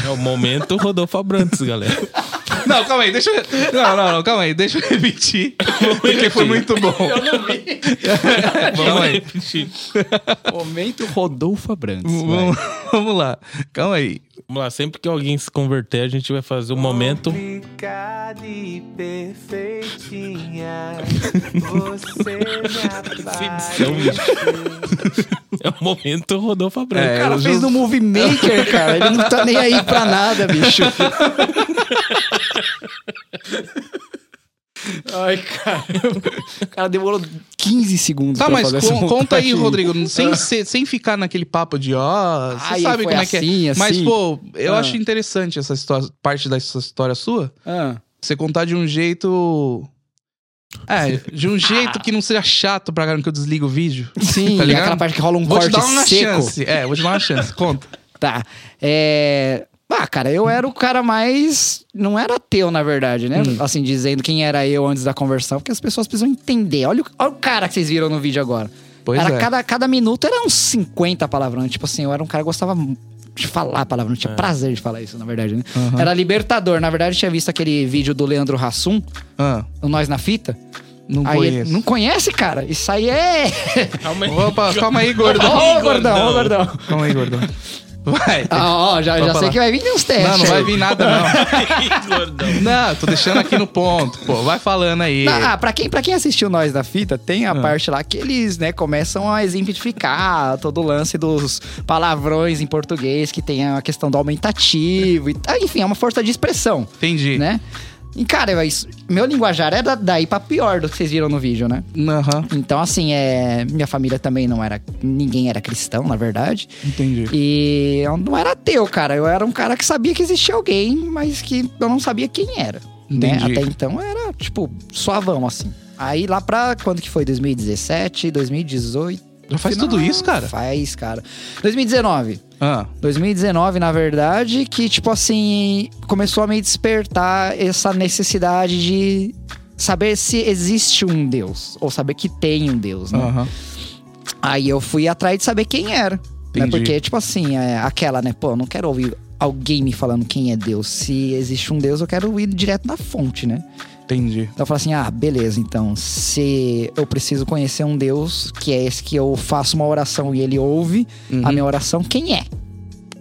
Speaker 1: É o momento Rodolfo Abrantes, galera.
Speaker 2: Não, calma aí, deixa eu. Não, não, não, calma aí, deixa eu repetir. Porque foi muito bom.
Speaker 1: Vamos repetir.
Speaker 3: Momento Rodolfo Abrantes.
Speaker 2: Vamos, vamos lá, calma aí.
Speaker 1: Vamos lá, sempre que alguém se converter, a gente vai fazer o momento.
Speaker 5: Complicada perfeitinha, você me
Speaker 1: edição, É o momento Rodolfo
Speaker 2: É,
Speaker 1: Abrantes.
Speaker 3: O cara
Speaker 2: eu
Speaker 3: fez
Speaker 2: já-
Speaker 3: no Movie Maker, cara. Ele não tá nem aí pra nada, bicho. Ai, cara. O cara demorou 15 segundos
Speaker 2: Tá,
Speaker 3: pra
Speaker 2: mas
Speaker 3: fazer
Speaker 2: con-
Speaker 3: essa Ah.
Speaker 2: conta aí,
Speaker 3: montagem.
Speaker 2: Rodrigo, sem, ser- sem ficar naquele papo de ó, você
Speaker 3: Ai,
Speaker 2: sabe
Speaker 3: foi
Speaker 2: como é que é.
Speaker 3: assim, assim.
Speaker 2: Mas, pô, eu
Speaker 3: Ah.
Speaker 2: acho interessante essa histó- parte dessa história sua.
Speaker 3: Ah,
Speaker 2: Você contar de um jeito. É, de um jeito que não seja chato pra caramba que eu desligo o vídeo.
Speaker 3: Ah. sim,
Speaker 2: Tá
Speaker 3: é
Speaker 2: ligado?
Speaker 3: aquela parte que rola um
Speaker 2: Vou te
Speaker 3: corte
Speaker 2: dar uma
Speaker 3: seco.
Speaker 2: chance. É, vou te dar uma chance. Conta.
Speaker 3: Tá. É. Ah, cara, eu era o cara mais. Não era teu, na verdade, né?
Speaker 2: Hum.
Speaker 3: Assim, dizendo quem era eu antes da conversão, porque as pessoas precisam entender. Olha o, olha o cara que vocês viram no vídeo agora.
Speaker 2: Pois
Speaker 3: era
Speaker 2: é.
Speaker 3: cada, cada minuto era uns 50 palavrões. Tipo assim, eu era um cara que gostava mu- de falar palavrão.
Speaker 2: É.
Speaker 3: Tinha prazer de falar isso, na verdade, né? Era libertador. Na verdade, eu tinha visto aquele vídeo do Leandro Hassum,
Speaker 2: Ah,
Speaker 3: o Nós na Fita.
Speaker 2: não
Speaker 3: aí ele-
Speaker 2: conheço.
Speaker 3: não conhece, cara? Isso aí é.
Speaker 1: Calma aí.
Speaker 2: Opa, calma aí,
Speaker 3: Ô,
Speaker 2: gordão.
Speaker 3: gordão, ô, gordão.
Speaker 2: Calma aí, gordão. Vai.
Speaker 3: Ah, ó, já,
Speaker 2: Vai
Speaker 3: já
Speaker 2: pra
Speaker 3: sei
Speaker 2: lá.
Speaker 3: que vai vir uns testes.
Speaker 2: Não, não vai
Speaker 3: aí.
Speaker 2: vir nada, não.
Speaker 1: Gordão.
Speaker 2: Não, tô deixando aqui no ponto, pô. Vai falando aí.
Speaker 3: Não, ah, pra quem, pra quem assistiu Nós da Fita, tem
Speaker 2: Ah.
Speaker 3: a parte lá que eles, né, começam a exemplificar todo o lance dos palavrões em português, que tem a questão do aumentativo e tal. Enfim, é uma força de expressão,
Speaker 2: Entendi.
Speaker 3: né? E, cara, eu- isso- meu linguajar era daí pra pior do que vocês viram no vídeo, né?
Speaker 2: Aham,
Speaker 3: Então, assim, é, minha família também não era... Ninguém era cristão, na verdade.
Speaker 2: entendi.
Speaker 3: E eu não era ateu, cara. Eu era um cara que sabia que existia alguém, mas que eu não sabia quem era. Né?
Speaker 2: Entendi.
Speaker 3: Até então eu era, tipo, suavão, assim. Aí lá pra quando que foi? 2017, 2018.
Speaker 2: Já faz tudo isso, cara?
Speaker 3: Faz, cara. 2019.
Speaker 2: Ah,
Speaker 3: 2019, na verdade, que, tipo assim, começou a me despertar essa necessidade de saber se existe um Deus. Ou saber que tem um Deus, né?
Speaker 2: aham.
Speaker 3: Aí eu fui atrás de saber quem era. Né?
Speaker 2: Entendi.
Speaker 3: Porque, tipo assim, é aquela, né? Pô, eu não quero ouvir alguém me falando quem é Deus. Se existe um Deus, eu quero ir direto na fonte, né?
Speaker 2: Entendi.
Speaker 3: Então eu falo assim: ah, beleza, então, se eu preciso conhecer um Deus, que é esse que eu faço uma oração e ele ouve
Speaker 2: Uhum.
Speaker 3: a minha oração, quem é?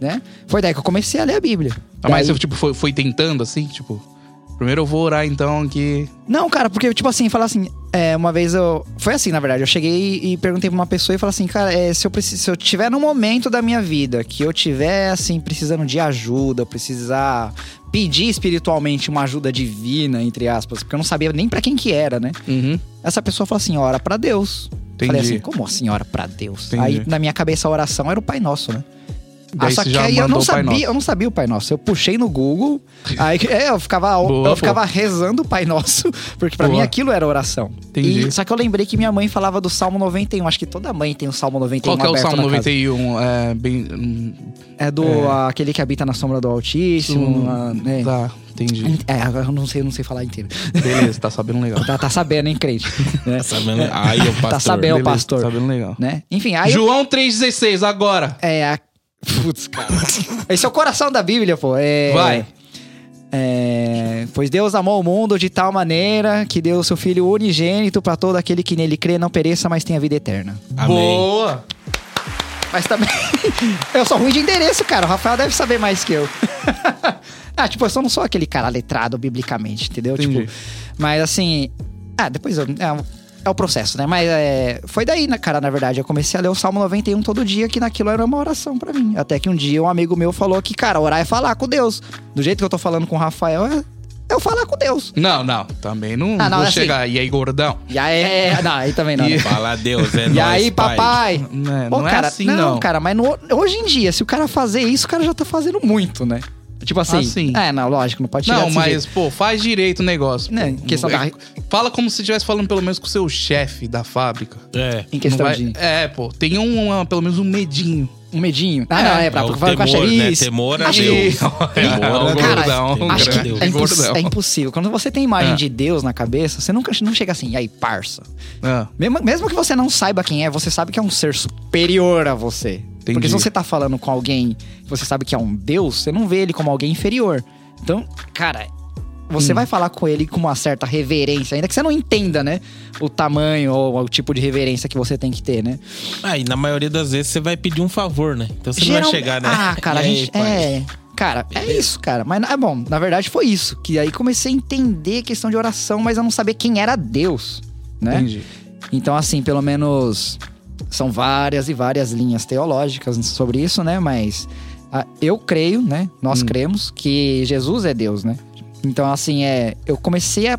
Speaker 3: Né? Foi daí que eu comecei a ler a Bíblia.
Speaker 2: Ah, mas
Speaker 3: Daí-
Speaker 2: você, tipo, foi, foi tentando assim, tipo. Primeiro eu vou orar então que.
Speaker 3: Não, cara, porque, tipo assim, falar assim. é, uma vez eu. Foi assim, na verdade. Eu cheguei e perguntei pra uma pessoa e falei assim, cara, é, se, eu preciso, se eu tiver num momento da minha vida que eu tiver, assim, precisando de ajuda, eu precisar pedir espiritualmente uma ajuda divina, entre aspas, porque eu não sabia nem pra quem que era, né?
Speaker 2: Uhum.
Speaker 3: Essa pessoa falou assim: ora pra Deus.
Speaker 2: Entendi.
Speaker 3: Falei assim, como assim ora pra Deus?
Speaker 2: Entendi.
Speaker 3: Aí na minha cabeça a oração era o Pai Nosso, né? Ah,
Speaker 2: Daí
Speaker 3: só
Speaker 2: você
Speaker 3: que
Speaker 2: já
Speaker 3: aí eu
Speaker 2: mandou
Speaker 3: não
Speaker 2: o Pai
Speaker 3: sabia,
Speaker 2: Nosso.
Speaker 3: eu não sabia o Pai Nosso. Eu puxei no Google, aí é, eu ficava
Speaker 2: Boa, pô.
Speaker 3: eu ficava rezando o Pai Nosso, porque pra
Speaker 2: Boa.
Speaker 3: mim aquilo era oração.
Speaker 2: Entendi.
Speaker 3: E- só que eu lembrei que minha mãe falava do Salmo 91, acho que toda mãe tem o Salmo 91
Speaker 2: Qual que é o
Speaker 3: aberto
Speaker 2: Salmo
Speaker 3: na casa.
Speaker 2: 91? É bem. hum,
Speaker 3: É do aquele que habita na sombra do Altíssimo,
Speaker 2: Hum,
Speaker 3: ah, né?
Speaker 2: Tá, entendi.
Speaker 3: É, agora eu não sei, eu não sei falar inteiro.
Speaker 2: Beleza, tá sabendo legal.
Speaker 3: Tá, tá sabendo, hein, crente? Né?
Speaker 1: Tá sabendo? Aí, o pastor.
Speaker 3: Tá sabendo,
Speaker 2: Beleza,
Speaker 3: pastor.
Speaker 2: Tá sabendo legal.
Speaker 3: Né? Enfim, aí eu-
Speaker 2: João 3,16, agora.
Speaker 3: É a. Putz, cara. Esse é o coração da Bíblia, pô. É-
Speaker 2: Vai.
Speaker 3: É, pois Deus amou o mundo de tal maneira que deu o seu Filho unigênito pra todo aquele que nele crê, não pereça, mas tenha vida eterna.
Speaker 1: Amém.
Speaker 2: Boa!
Speaker 3: Mas também. eu sou ruim de endereço, cara. O Rafael deve saber mais que eu. ah, tipo, eu só não sou aquele cara letrado biblicamente, entendeu?
Speaker 2: Entendi.
Speaker 3: Tipo. Mas assim. Ah, depois eu. É, um- é o processo, né? Mas é, foi daí, na cara, na verdade. Eu comecei a ler o Salmo 91 todo dia, que naquilo era uma oração pra mim. Até que um dia um amigo meu falou que, cara, orar é falar com Deus. Do jeito que eu tô falando com o Rafael, é eu falar com Deus.
Speaker 2: Não, não, também não,
Speaker 3: Ah, não,
Speaker 2: vou
Speaker 3: é assim.
Speaker 2: chegar. E aí, gordão?
Speaker 3: E aí. é- Não, aí também não. né?
Speaker 1: Fala a Deus, é
Speaker 3: E
Speaker 1: nóis,
Speaker 3: aí,
Speaker 1: pai.
Speaker 3: papai?
Speaker 2: Não é-
Speaker 3: Ô,
Speaker 2: não é
Speaker 3: cara,
Speaker 2: assim, não.
Speaker 3: cara, mas no- hoje em dia, se o cara fazer isso, o cara já tá fazendo muito, né? Tipo assim.
Speaker 2: Ah, sim.
Speaker 3: É, não, lógico, não pode tirar
Speaker 2: Não,
Speaker 3: desse
Speaker 2: mas,
Speaker 3: jeito.
Speaker 2: pô, faz direito o negócio.
Speaker 3: Né, em
Speaker 2: pô.
Speaker 3: questão da-
Speaker 2: Fala como se estivesse falando pelo menos com o seu chefe da fábrica.
Speaker 1: É.
Speaker 3: Em questão
Speaker 2: Não vai-
Speaker 3: de.
Speaker 2: É, pô, tem um, uma- pelo menos um medinho.
Speaker 3: Um medinho. Ah, não, é, pra
Speaker 1: É o
Speaker 3: falar com a
Speaker 1: temor, né?
Speaker 3: chefe.
Speaker 1: Temor a
Speaker 3: acho
Speaker 1: Deus.
Speaker 3: que-
Speaker 1: Temor a
Speaker 3: Cara,
Speaker 1: Deus. Temor
Speaker 3: Acho
Speaker 1: a
Speaker 3: que
Speaker 1: Deus.
Speaker 3: é, imposs-
Speaker 2: Gordão.
Speaker 3: é impossível. Quando você tem imagem
Speaker 2: É.
Speaker 3: de Deus na cabeça, você nunca não chega assim, e aí, parça.
Speaker 2: Ah,
Speaker 3: Mesmo, mesmo que você não saiba quem é, você sabe que é um ser superior a você. Porque se você tá falando com alguém que você sabe que é um deus, você não vê ele como alguém inferior. Então, cara,
Speaker 1: Hum.
Speaker 3: você vai falar com ele com uma certa reverência, ainda que você não entenda, né? O tamanho ou o tipo de reverência que você tem que ter, né?
Speaker 1: Ah, e na maioria das vezes você vai pedir um favor, né? Então você não
Speaker 3: Geral-
Speaker 1: vai chegar, né?
Speaker 3: Ah, cara,
Speaker 1: E aí,
Speaker 3: a gente.
Speaker 1: pai?
Speaker 3: É. Cara, é isso, cara. Mas é bom, na verdade foi isso. Que aí comecei a entender a questão de oração, mas eu não sabia quem era Deus, né?
Speaker 2: Entendi.
Speaker 3: Então, assim, pelo menos são várias e várias linhas teológicas sobre isso, né? Mas ah, eu creio, né?
Speaker 2: Hum.
Speaker 3: Nós cremos que Jesus é Deus, né? Então, assim, é, eu comecei a.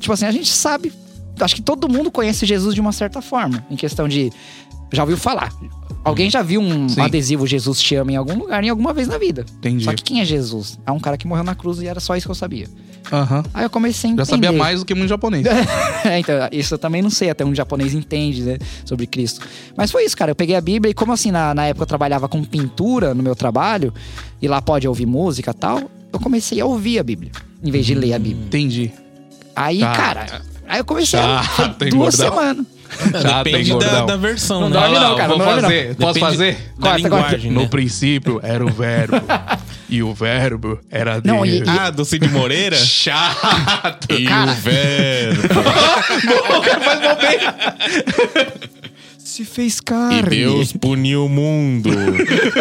Speaker 3: Tipo assim, a gente sabe. Acho que todo mundo conhece Jesus de uma certa forma, em questão de. Já ouviu falar. Alguém já viu um
Speaker 2: Hum. Sim.
Speaker 3: adesivo Jesus te ama em algum lugar, em alguma vez na vida.
Speaker 2: Entendi.
Speaker 3: Só que quem é Jesus? É um cara que morreu na cruz e era só isso que eu sabia.
Speaker 2: Aham.
Speaker 3: Aí eu comecei a entender.
Speaker 2: Já sabia mais do que muito japonês.
Speaker 3: É, então, isso eu também não sei, até um japonês entende, né, sobre Cristo. Mas foi isso, cara, eu peguei a Bíblia e como assim, na, na época eu trabalhava com pintura no meu trabalho, e lá pode ouvir música e tal, eu comecei a ouvir a Bíblia, em vez de ler a Bíblia.
Speaker 2: Entendi.
Speaker 3: Aí,
Speaker 2: Tá.
Speaker 3: cara, aí eu comecei a... Foi
Speaker 2: Chato, hein,
Speaker 3: duas
Speaker 2: gordão?
Speaker 3: semanas.
Speaker 2: Chato, hein,
Speaker 1: Depende da,
Speaker 2: gordão?
Speaker 1: da versão,
Speaker 3: Não
Speaker 1: né?
Speaker 3: dorme
Speaker 2: Olha lá,
Speaker 3: não, cara,
Speaker 2: eu vou
Speaker 3: não dorme não.
Speaker 2: fazer. Posso
Speaker 1: Depende
Speaker 2: fazer?
Speaker 1: Da
Speaker 3: Corta, corta.
Speaker 1: linguagem,
Speaker 2: No
Speaker 1: né?
Speaker 2: princípio era o verbo. e o verbo era Deus.
Speaker 3: Não, e-
Speaker 1: Ah, do Cid Moreira?
Speaker 2: Chato.
Speaker 1: e
Speaker 3: Cara.
Speaker 1: o verbo.
Speaker 3: Se fez
Speaker 1: E
Speaker 3: carne.
Speaker 1: Deus puniu o mundo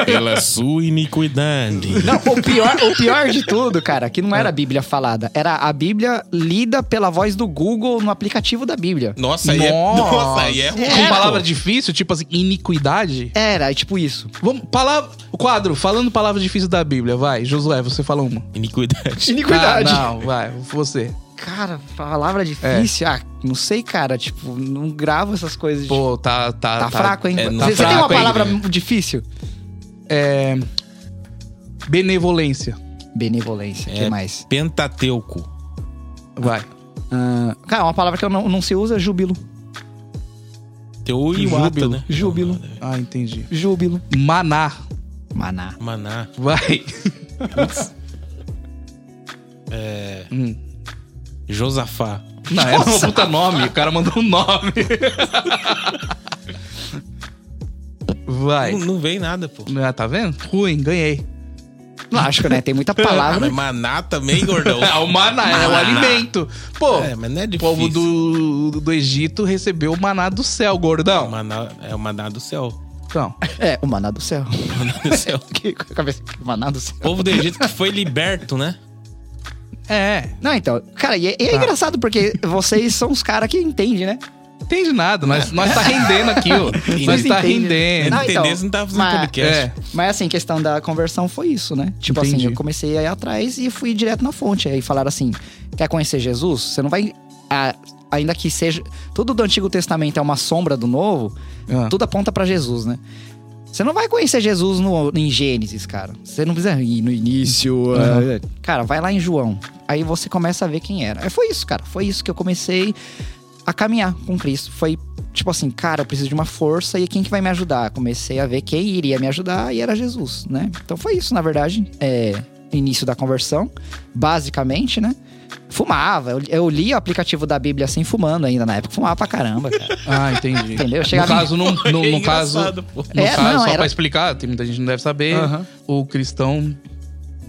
Speaker 1: pela sua iniquidade.
Speaker 3: Não, o pior, o pior de tudo, cara, que não era a Bíblia falada, era a Bíblia lida pela voz do Google no aplicativo da Bíblia.
Speaker 1: Nossa, aí é.
Speaker 2: Nossa.
Speaker 1: Nossa, aí é ruim.
Speaker 2: Com
Speaker 3: É,
Speaker 2: palavra
Speaker 1: pô.
Speaker 2: difícil, tipo assim, iniquidade.
Speaker 3: Era, tipo isso.
Speaker 2: Vamos, palavra, o quadro, falando palavra difícil da Bíblia, vai. Josué, você fala uma.
Speaker 1: Iniquidade.
Speaker 3: Iniquidade.
Speaker 2: Ah, não, vai, você.
Speaker 3: Cara, palavra difícil. Ah, não sei, cara. Tipo, não gravo essas coisas. de-
Speaker 2: É. Pô, tá. Tá,
Speaker 3: tá, fraco, hein?
Speaker 1: é, não
Speaker 3: Você
Speaker 1: tá
Speaker 3: você tem uma
Speaker 2: fraco, hein?
Speaker 3: palavra difícil?
Speaker 2: É. Benevolência.
Speaker 3: Benevolência. O que
Speaker 1: É.
Speaker 3: mais?
Speaker 1: Pentateuco.
Speaker 2: Vai.
Speaker 3: Ah, cara, uma palavra que eu não, não se usa é júbilo.
Speaker 1: Teu Iwata,
Speaker 2: Júbilo.
Speaker 1: né?
Speaker 3: Júbilo.
Speaker 2: Ah, entendi.
Speaker 3: Júbilo.
Speaker 2: Maná.
Speaker 3: Maná.
Speaker 1: Maná.
Speaker 2: Vai.
Speaker 1: É,
Speaker 2: Hum.
Speaker 1: Josafá.
Speaker 2: Não, era um puta nome. O cara mandou um nome. Vai.
Speaker 1: Não, não vem nada, pô.
Speaker 2: Ah, tá vendo? Ruim, ganhei.
Speaker 3: Lógico, né? Tem muita
Speaker 1: Ah,
Speaker 3: palavra.
Speaker 1: mas maná também, gordão.
Speaker 2: É o maná, é o
Speaker 1: Maná.
Speaker 2: alimento. Pô,
Speaker 1: É, mas não é
Speaker 2: o
Speaker 1: difícil.
Speaker 2: povo do, do Egito recebeu o maná do céu,
Speaker 1: O
Speaker 2: gordão.
Speaker 1: Maná, é o maná do céu. O
Speaker 2: Então,
Speaker 3: É, o maná do céu.
Speaker 1: Maná do céu.
Speaker 3: Que- com a cabeça- Maná do céu.
Speaker 1: O povo do Egito que foi liberto, né?
Speaker 2: É.
Speaker 3: Não, então. Cara, e, é- e é
Speaker 2: Tá.
Speaker 3: engraçado porque vocês são os caras que entendem, né?
Speaker 2: Entende nada. Nós, nós tá rendendo aqui, ó. nós
Speaker 3: Vocês
Speaker 2: tá
Speaker 3: entendem.
Speaker 2: rendendo.
Speaker 3: Não,
Speaker 1: Entender,
Speaker 3: então,
Speaker 1: você não tava fazendo
Speaker 3: mas-
Speaker 1: podcast.
Speaker 2: É.
Speaker 3: Mas assim, questão da conversão foi isso, né? Tipo
Speaker 2: Entendi.
Speaker 3: assim, eu comecei a ir atrás e fui direto na fonte. Aí falaram assim: quer conhecer Jesus? Você não vai. a- ainda que seja. Tudo do Antigo Testamento é uma sombra do novo,
Speaker 2: Ah.
Speaker 3: tudo aponta pra Jesus, né? Você não vai conhecer Jesus no, em Gênesis, cara. Você não precisa ir no início.
Speaker 2: Uhum.
Speaker 3: ah, Cara, vai lá em João. Aí você começa a ver quem era. Aí foi isso, cara. Foi isso que eu comecei a caminhar com Cristo. Foi tipo assim, cara, eu preciso de uma força e quem que vai me ajudar? Comecei a ver quem iria me ajudar e era Jesus, né? Então foi isso, na verdade. É, início da conversão, basicamente, né? Fumava, eu, eu li o aplicativo da Bíblia assim, fumando ainda na época. Fumava pra caramba, cara.
Speaker 2: Ah, entendi.
Speaker 3: Entendeu?
Speaker 2: No
Speaker 3: Chegava em-
Speaker 2: caso, no, no,
Speaker 1: É
Speaker 2: no caso,
Speaker 1: engraçado, pô.
Speaker 2: no
Speaker 3: É,
Speaker 2: caso
Speaker 3: não,
Speaker 2: só
Speaker 3: era-
Speaker 2: pra explicar, tem muita gente que não deve saber,
Speaker 3: Aham.
Speaker 2: o cristão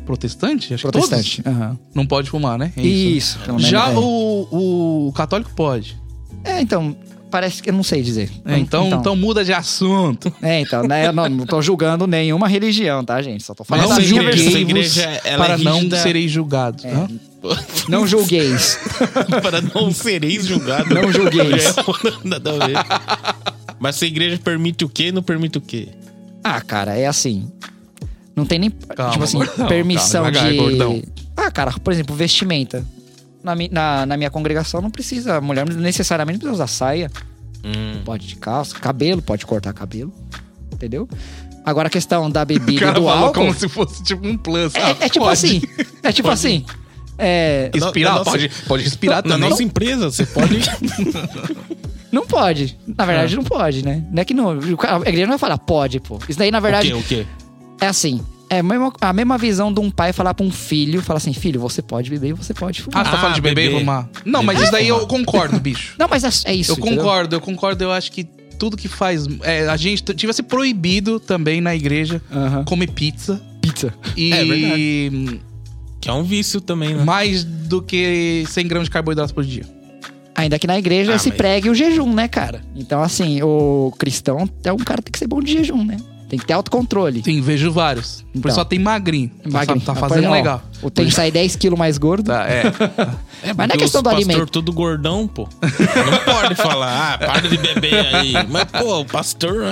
Speaker 2: protestante, acho
Speaker 3: Protestante.
Speaker 2: que todos,
Speaker 3: aham.
Speaker 2: não pode fumar, né? É isso.
Speaker 3: Isso, pelo menos.
Speaker 2: Já
Speaker 3: é.
Speaker 2: o, o católico pode.
Speaker 3: É, então, parece que eu não sei dizer.
Speaker 2: É, então, então, muda de assunto.
Speaker 3: É, então, né? Eu não, não tô julgando nenhuma religião, tá, gente? Só tô falando
Speaker 1: Não
Speaker 2: Mas
Speaker 3: da
Speaker 2: não
Speaker 3: minha
Speaker 1: julguei.
Speaker 3: versão.
Speaker 1: Essa
Speaker 2: julguei-vos
Speaker 1: igreja, ela
Speaker 2: para
Speaker 1: é
Speaker 2: não
Speaker 1: rígida.
Speaker 2: sereis julgados. né? Hã?
Speaker 3: Não julgueis.
Speaker 1: para não sereis julgados.
Speaker 3: Não julgueis.
Speaker 1: Já é uma- nada a ver. Mas se a igreja permite o quê, não permite o quê?
Speaker 3: Ah, cara, é assim. Não tem nem,
Speaker 2: Calma,
Speaker 3: tipo assim,
Speaker 2: gordão,
Speaker 3: permissão
Speaker 2: calma,
Speaker 3: de...
Speaker 2: devagar, gordão.
Speaker 3: Ah, cara, por exemplo, vestimenta. Na, mi- na, na minha congregação não precisa, a mulher necessariamente precisa usar saia.
Speaker 2: Hum.
Speaker 3: Pode de calça, cabelo, pode cortar cabelo, entendeu? Agora a questão da
Speaker 2: O
Speaker 3: bebida e
Speaker 2: cara
Speaker 3: do
Speaker 2: falou
Speaker 3: álcool...
Speaker 2: como se fosse tipo um plus. Ah,
Speaker 3: É, é tipo
Speaker 2: pode.
Speaker 3: assim, é tipo assim... É,
Speaker 2: Respirar,
Speaker 1: Na nossa-
Speaker 2: pode, pode respirar
Speaker 1: Na
Speaker 2: também.
Speaker 1: nossa empresa, você pode.
Speaker 3: Não pode. Na verdade, não pode, né? Não é que não. o cara- A igreja não vai falar pode, pô. Isso daí, na verdade,
Speaker 1: O quê? O quê?
Speaker 3: é assim. É a mesma, a mesma visão de um pai falar pra um filho, falar assim, filho, você pode beber e você pode
Speaker 2: Ah,
Speaker 3: fumar.
Speaker 2: você tá
Speaker 1: Ah,
Speaker 2: falando de beber e
Speaker 1: bebê.
Speaker 2: fumar. Não, mas
Speaker 1: Bebê
Speaker 2: isso daí
Speaker 1: e
Speaker 2: eu
Speaker 1: fumar.
Speaker 2: concordo, bicho.
Speaker 3: Não, mas é, é isso,
Speaker 2: Ah, Eu
Speaker 3: entendeu?
Speaker 2: concordo, eu concordo. Eu acho que tudo que faz. é, a gente t- tivesse proibido também na igreja
Speaker 3: Aham.
Speaker 2: comer pizza.
Speaker 3: Pizza.
Speaker 1: É
Speaker 2: E
Speaker 1: Que é um vício também, né?
Speaker 2: mais do que 100 gramas de carboidrato por dia.
Speaker 3: Ainda que na igreja
Speaker 1: Ah,
Speaker 3: se
Speaker 1: mas-
Speaker 3: pregue o jejum, né, cara? Então, assim, o cristão é um cara que tem que ser bom de jejum, né? Tem que ter autocontrole.
Speaker 2: Sim, vejo vários. Por
Speaker 3: Então.
Speaker 2: isso só tem magrinho. Tá
Speaker 3: Magrinho.
Speaker 2: fa- Tá,
Speaker 3: Ah,
Speaker 2: fazendo
Speaker 3: pois, ó,
Speaker 2: legal.
Speaker 3: O tem que sair 10 quilos mais gordo.
Speaker 2: Tá, é.
Speaker 3: mas não é
Speaker 1: Porque
Speaker 3: questão
Speaker 1: os
Speaker 3: do
Speaker 1: pastor
Speaker 3: alimento.
Speaker 1: tudo gordão, pô. Não pode falar, ah, para de beber aí. Mas, pô, o pastor.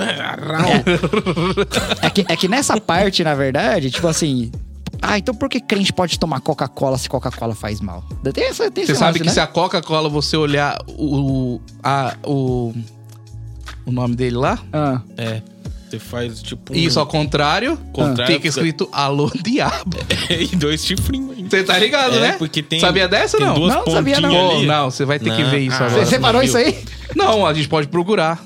Speaker 3: É que, é que nessa parte, na verdade, tipo assim. Ah, então por que crente pode tomar Coca-Cola se Coca-Cola faz mal? Tem essa, tem
Speaker 2: Você
Speaker 3: esse
Speaker 2: sabe
Speaker 3: lance,
Speaker 2: que
Speaker 3: né?
Speaker 2: se a Coca-Cola você olhar o. a- o. O nome dele lá?
Speaker 3: Ah,
Speaker 1: É. Você faz tipo. um-
Speaker 2: Isso ao contrário,
Speaker 1: Contrário,
Speaker 2: fica escrito Alô Diabo.
Speaker 1: e dois chifrinhos ainda.
Speaker 2: Você tá ligado,
Speaker 1: É,
Speaker 2: né?
Speaker 1: porque tem-
Speaker 2: Sabia dessa ou
Speaker 1: tem
Speaker 2: não?
Speaker 1: duas
Speaker 3: Não, sabia não.
Speaker 1: pontinhas
Speaker 2: Pô,
Speaker 1: ali.
Speaker 2: não, você vai ter que
Speaker 1: Não,
Speaker 2: ver isso
Speaker 1: ah,
Speaker 2: agora.
Speaker 3: você
Speaker 1: você
Speaker 3: separou
Speaker 1: viu?
Speaker 3: isso aí?
Speaker 2: Não, a gente pode procurar.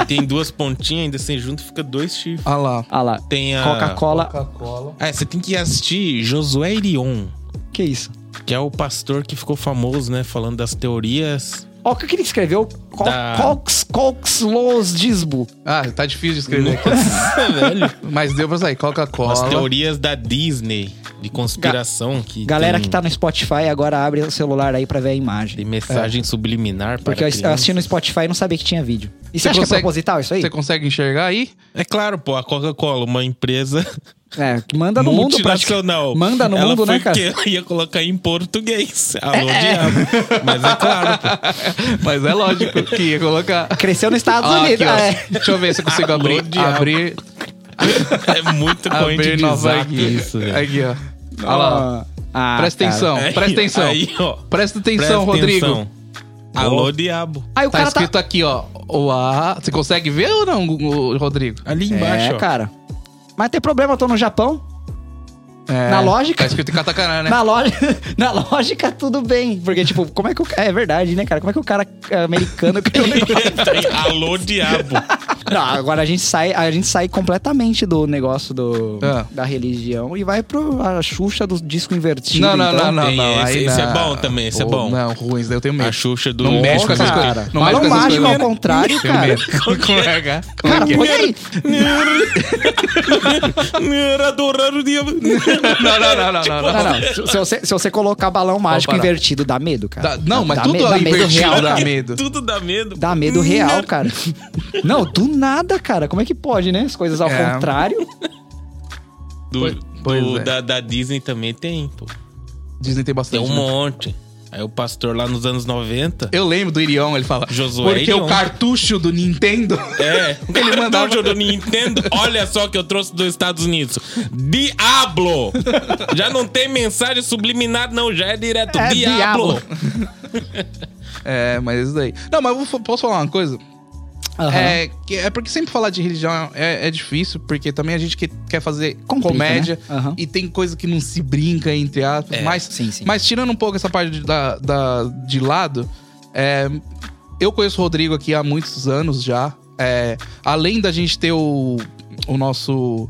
Speaker 1: Que tem duas pontinhas, ainda assim junto fica dois chifres.
Speaker 2: Olha lá.
Speaker 3: Ah lá.
Speaker 1: Tem a.
Speaker 3: Coca-Cola.
Speaker 2: Coca-Cola.
Speaker 1: Ah, você tem que assistir Josué Irion,
Speaker 3: Que isso?
Speaker 1: que é o pastor que ficou famoso, né? Falando das teorias.
Speaker 3: Ó, o que que ele escreveu? Co
Speaker 1: Da-
Speaker 2: Tá.
Speaker 3: Cox, Cox Los Disbo.
Speaker 2: Ah, tá difícil de escrever aqui.
Speaker 1: velho.
Speaker 2: Mas deu pra sair.
Speaker 1: As
Speaker 2: Coca-Cola.
Speaker 1: teorias da Disney, de conspiração. que
Speaker 3: Galera
Speaker 1: tem-
Speaker 3: que tá no Spotify, agora abre o celular aí pra ver a
Speaker 1: Tem
Speaker 3: imagem.
Speaker 2: É.
Speaker 1: mensagem subliminar para
Speaker 3: Porque eu eu
Speaker 1: crianças.
Speaker 3: assisti no Spotify e não sabia que tinha vídeo. E
Speaker 2: Você
Speaker 3: você acha que é
Speaker 2: consegue-
Speaker 3: proposital isso aí?
Speaker 2: Você consegue enxergar aí?
Speaker 1: É claro, pô, a Coca-Cola, uma empresa
Speaker 3: É, que manda no mundo praticamente.
Speaker 1: multinacional.
Speaker 3: Manda no
Speaker 1: Ela
Speaker 3: mundo,
Speaker 1: foi
Speaker 3: né, cara? É.
Speaker 1: que ela ia colocar em português. Alô, diabo. Mas é claro, pô.
Speaker 2: Mas é lógico que ia colocar.
Speaker 3: Cresceu nos Estados
Speaker 2: Ah, aqui,
Speaker 3: Unidos.
Speaker 2: ó.
Speaker 3: é.
Speaker 2: Deixa eu ver se eu consigo
Speaker 1: Alô,
Speaker 2: abrir.
Speaker 1: diabo.
Speaker 2: Abrir,
Speaker 1: É muito point
Speaker 2: abrir
Speaker 1: de
Speaker 2: nova
Speaker 1: zap
Speaker 2: aqui.
Speaker 1: isso, velho.
Speaker 2: aqui, ó. Olha lá.
Speaker 3: Ah,
Speaker 2: Presta
Speaker 3: cara.
Speaker 2: atenção,
Speaker 1: Aí,
Speaker 2: presta atenção.
Speaker 1: aí, ó.
Speaker 2: Presta
Speaker 1: Presta
Speaker 2: atenção, Rodrigo.
Speaker 1: atenção. Alô, diabo.
Speaker 3: Aí o
Speaker 2: Tá
Speaker 3: cara tá.
Speaker 2: escrito aqui, ó. O A. Você consegue ver ou não, o- Rodrigo?
Speaker 1: Ali embaixo,
Speaker 3: é,
Speaker 1: ó.
Speaker 3: cara. Mas tem problema, eu tô no Japão.
Speaker 2: É.
Speaker 3: Na lógica?
Speaker 2: Tá escrito em katakana, né?
Speaker 3: Na, loja, na lógica, tudo bem. Porque, tipo, como é que o cara. É verdade, né, cara? Como é que o cara é, americano criou um negócio?
Speaker 1: Tem Alô, diabo.
Speaker 3: Não, agora a gente sai, a gente sai completamente do negócio do,
Speaker 2: Ah.
Speaker 3: da religião e vai pro a Xuxa do disco invertido.
Speaker 2: Não, não,
Speaker 3: então.
Speaker 2: não, não,
Speaker 1: Tem
Speaker 2: não.
Speaker 1: esse-
Speaker 2: aí
Speaker 1: esse
Speaker 2: não.
Speaker 1: é bom também, esse é
Speaker 2: Pô,
Speaker 1: bom.
Speaker 2: Não, ruim, esse daí eu tenho medo.
Speaker 1: A Xuxa do
Speaker 2: Não
Speaker 1: México.
Speaker 2: mexe com essas
Speaker 3: cara.
Speaker 2: coisas.
Speaker 3: Mas
Speaker 2: mexe
Speaker 3: não
Speaker 2: com essas
Speaker 3: mágico,
Speaker 2: coisas.
Speaker 3: ao contrário,
Speaker 2: Tenho
Speaker 3: cara.
Speaker 2: medo. Como é, cara? Como é
Speaker 3: Cara,
Speaker 2: que é?
Speaker 3: põe aí.
Speaker 1: Adorar o diabo.
Speaker 2: Não, não, não, não, não,
Speaker 1: Tipo,
Speaker 3: Não,
Speaker 2: não.
Speaker 3: não. Se, se você, se você colocar balão mágico
Speaker 2: parar.
Speaker 3: invertido, dá medo, cara.
Speaker 2: Dá- não, mas
Speaker 3: dá
Speaker 2: tudo
Speaker 3: medo, dá medo
Speaker 2: invertido
Speaker 3: real,
Speaker 2: dá
Speaker 3: cara.
Speaker 2: medo.
Speaker 1: Tudo dá medo.
Speaker 3: Dá medo real, cara. Não, do nada, cara. Como é que pode, né? As coisas ao
Speaker 2: É.
Speaker 3: contrário.
Speaker 1: Do,
Speaker 2: Pois
Speaker 1: do-
Speaker 2: é.
Speaker 1: da, da Disney também tem, pô.
Speaker 2: Disney tem
Speaker 1: Tem
Speaker 2: bastante.
Speaker 1: um
Speaker 2: né?
Speaker 1: monte. Aí o pastor lá nos anos 90.
Speaker 2: Eu lembro do Irion, ele fala.
Speaker 1: Josué
Speaker 2: porque
Speaker 1: Irion."
Speaker 2: o cartucho do Nintendo.
Speaker 1: É,
Speaker 2: Ele
Speaker 1: ele
Speaker 2: mandava-
Speaker 1: mandou do Nintendo. Olha só que eu trouxe dos Estados Unidos. Diablo! Já não tem mensagem subliminar, não. Já é direto
Speaker 3: É
Speaker 1: Diablo.
Speaker 3: Diablo.
Speaker 2: É, mas isso daí. Não, mas eu vou- posso falar uma coisa? É, que- é porque sempre falar de religião é, é difícil, porque também a gente que quer fazer
Speaker 3: Complica,
Speaker 2: comédia
Speaker 3: né? Aham. É,
Speaker 2: e tem coisa que não se brinca, entre aspas. mas,
Speaker 3: sim, sim.
Speaker 2: mas tirando um pouco essa parte de, da, da- de lado, é, eu conheço o Rodrigo aqui há muitos anos já. É, além da gente ter o, o nosso.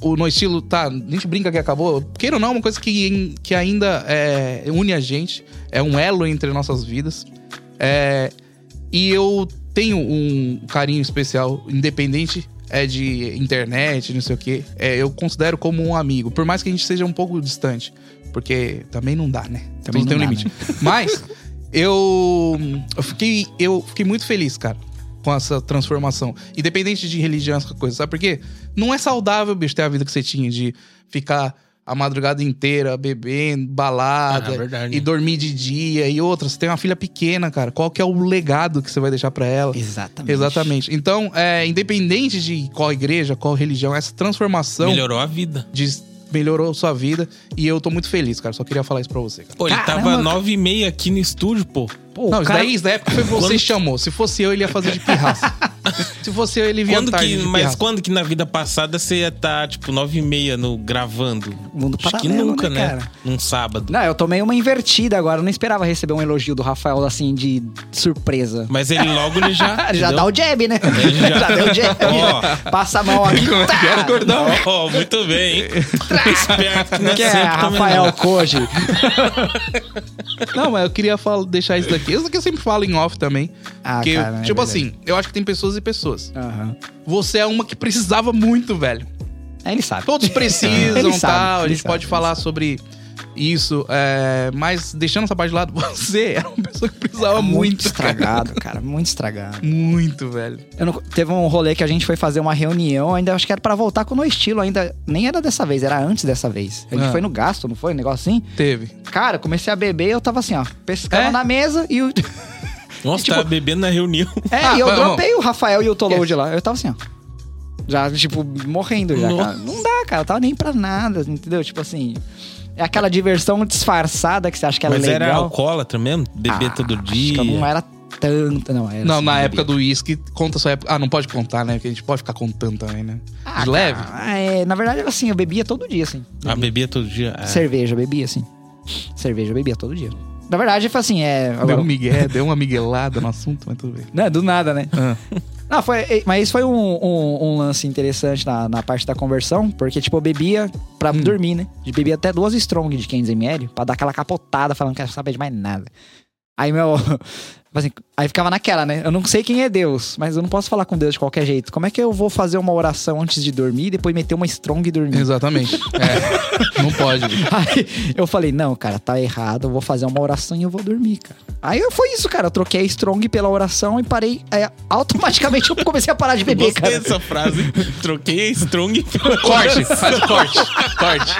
Speaker 2: O no estilo, tá, a gente brinca que acabou. Queira ou não, é uma coisa que, que ainda é, une a gente, é um elo entre nossas vidas. É, e eu tenho um carinho especial, independente é de internet, não sei o quê. É, eu considero como um amigo, por mais que a gente seja um pouco distante. Porque também não dá, né?
Speaker 3: Também
Speaker 2: Tudo tem um
Speaker 3: não dá,
Speaker 2: limite. Mas eu, eu, fiquei, eu fiquei muito feliz, cara, com essa transformação. Independente de religião, essa coisa. Sabe por quê? Não é saudável, bicho, ter a vida que você tinha de ficar a madrugada inteira bebendo, balada,
Speaker 1: Ah, é verdade.
Speaker 2: e dormir de dia e outras. Você tem uma filha pequena, cara. Qual que é o legado que você vai deixar pra ela?
Speaker 3: Exatamente.
Speaker 2: Exatamente. Então, é, independente de qual igreja, qual religião, essa transformação
Speaker 1: Melhorou a vida.
Speaker 2: de- melhorou sua vida. E eu tô muito feliz, cara. Só queria falar isso pra você, cara.
Speaker 1: Pô, ele
Speaker 3: Caramba,
Speaker 1: tava
Speaker 3: cara.
Speaker 1: nove e meia aqui no estúdio, pô.
Speaker 3: Pô,
Speaker 2: não,
Speaker 3: o
Speaker 2: isso
Speaker 3: cara-
Speaker 2: daí, isso daí é porque foi você que chamou. Se fosse eu, ele ia fazer de pirraça. Se fosse eu, ele ia
Speaker 1: Quando
Speaker 2: tarde
Speaker 1: que,
Speaker 2: de
Speaker 1: mas
Speaker 2: pirraça.
Speaker 1: quando que na vida passada você ia estar, tipo, nove e meia no, gravando?
Speaker 3: Mundo
Speaker 1: Acho que
Speaker 3: paralelo,
Speaker 1: nunca,
Speaker 3: né,
Speaker 1: né?
Speaker 3: cara?
Speaker 1: Num sábado.
Speaker 3: Não, eu tomei uma invertida agora. Eu não esperava receber um elogio do Rafael assim de surpresa.
Speaker 1: Mas ele logo ele já.
Speaker 2: Ah,
Speaker 3: já
Speaker 1: entendeu?
Speaker 3: dá o jab, né?
Speaker 1: Ele já-
Speaker 3: Já, deu o jab.
Speaker 1: Ó.
Speaker 3: Passa a mão aqui.
Speaker 2: Como é que era,
Speaker 3: Tá.
Speaker 2: gordão?
Speaker 1: Ó, muito bem, hein? Esperto, né?
Speaker 3: Que é
Speaker 1: Sempre também
Speaker 3: Rafael
Speaker 1: não.
Speaker 3: Koji.
Speaker 2: Não, mas eu queria fal- deixar isso daqui. Isso daqui eu sempre falo em off também.
Speaker 3: Ah,
Speaker 2: Porque,
Speaker 3: cara, é
Speaker 2: tipo
Speaker 3: verdade.
Speaker 2: assim, eu acho que tem pessoas e pessoas.
Speaker 3: Aham.
Speaker 2: Você é uma que precisava muito, velho.
Speaker 3: Aí ele sabe.
Speaker 2: Todos precisam
Speaker 3: Ele
Speaker 2: e
Speaker 3: sabe,
Speaker 2: tal. A
Speaker 3: ele
Speaker 2: gente
Speaker 3: sabe,
Speaker 2: pode
Speaker 3: ele
Speaker 2: falar sobre isso. é, mas deixando essa parte de lado, você era uma pessoa que precisava
Speaker 3: Tá muito
Speaker 2: muito, cara.
Speaker 3: estragado, cara. Muito estragado.
Speaker 2: Muito, velho.
Speaker 3: Eu não- teve um rolê que a gente foi fazer uma reunião, ainda acho que era pra voltar com o No Estilo ainda. Nem era dessa vez, era antes dessa vez. A gente
Speaker 2: Ah.
Speaker 3: foi no gasto, não foi? Um negócio assim.
Speaker 2: Teve.
Speaker 3: Cara, eu comecei a beber, eu tava assim, ó, pescando
Speaker 2: É?
Speaker 3: na mesa e o.
Speaker 1: Nossa,
Speaker 3: Tipo-
Speaker 1: tava bebendo na reunião.
Speaker 3: É,
Speaker 2: Ah,
Speaker 3: e eu
Speaker 2: vamos.
Speaker 3: dropei o Rafael e o Toload lá. Eu tava assim, ó. Já, tipo, morrendo já, cara.
Speaker 1: Nossa.
Speaker 3: Não dá, cara. Eu tava nem pra nada, entendeu? Tipo assim. É aquela diversão disfarçada que você acha que ela é
Speaker 1: Mas era
Speaker 3: legal.
Speaker 1: alcoólatra mesmo? Beber
Speaker 3: Ah,
Speaker 1: todo
Speaker 3: Acho
Speaker 1: dia.
Speaker 3: que eu não era tanto, não. Era
Speaker 2: não,
Speaker 3: assim,
Speaker 2: na
Speaker 3: bebia.
Speaker 2: época do uísque, conta sua época. Ah, não pode contar, né? Porque a gente pode ficar contando também, né?
Speaker 3: Ah,
Speaker 2: De leve.
Speaker 3: cara, é, na verdade, assim, eu bebia todo dia, assim.
Speaker 1: Ah, bebia todo dia.
Speaker 2: é.
Speaker 1: Ah.
Speaker 3: Cerveja, eu bebia, assim. Cerveja, eu bebia todo dia. Na verdade, foi assim, é.
Speaker 2: Deu
Speaker 3: agora-
Speaker 2: um migué, deu uma miguelada no assunto, mas tudo bem.
Speaker 3: Né, do nada, né?
Speaker 2: Ah.
Speaker 3: Não, foi, mas isso foi um, um- um lance interessante na, na parte da conversão, porque, tipo, eu bebia pra dormir, né? Eu bebia até duas strong de 500ml pra dar aquela capotada, falando que não quero saber de mais nada. Aí, meu. assim, aí ficava naquela, né? Eu não sei quem é Deus, mas eu não posso falar com Deus de qualquer jeito. Como é que eu vou fazer uma oração antes de dormir e depois meter uma strong e dormir?
Speaker 2: Exatamente. É. não pode. bicho.
Speaker 3: Aí eu falei, não, cara, tá errado, eu vou fazer uma oração e eu vou dormir, cara. Aí eu- foi isso, cara. Eu troquei a Strong pela oração e parei. é, automaticamente eu comecei a parar de beber,
Speaker 1: Gostei
Speaker 3: cara.
Speaker 1: dessa frase. Troquei a Strong pela
Speaker 2: Corte, faz o corte. Corte.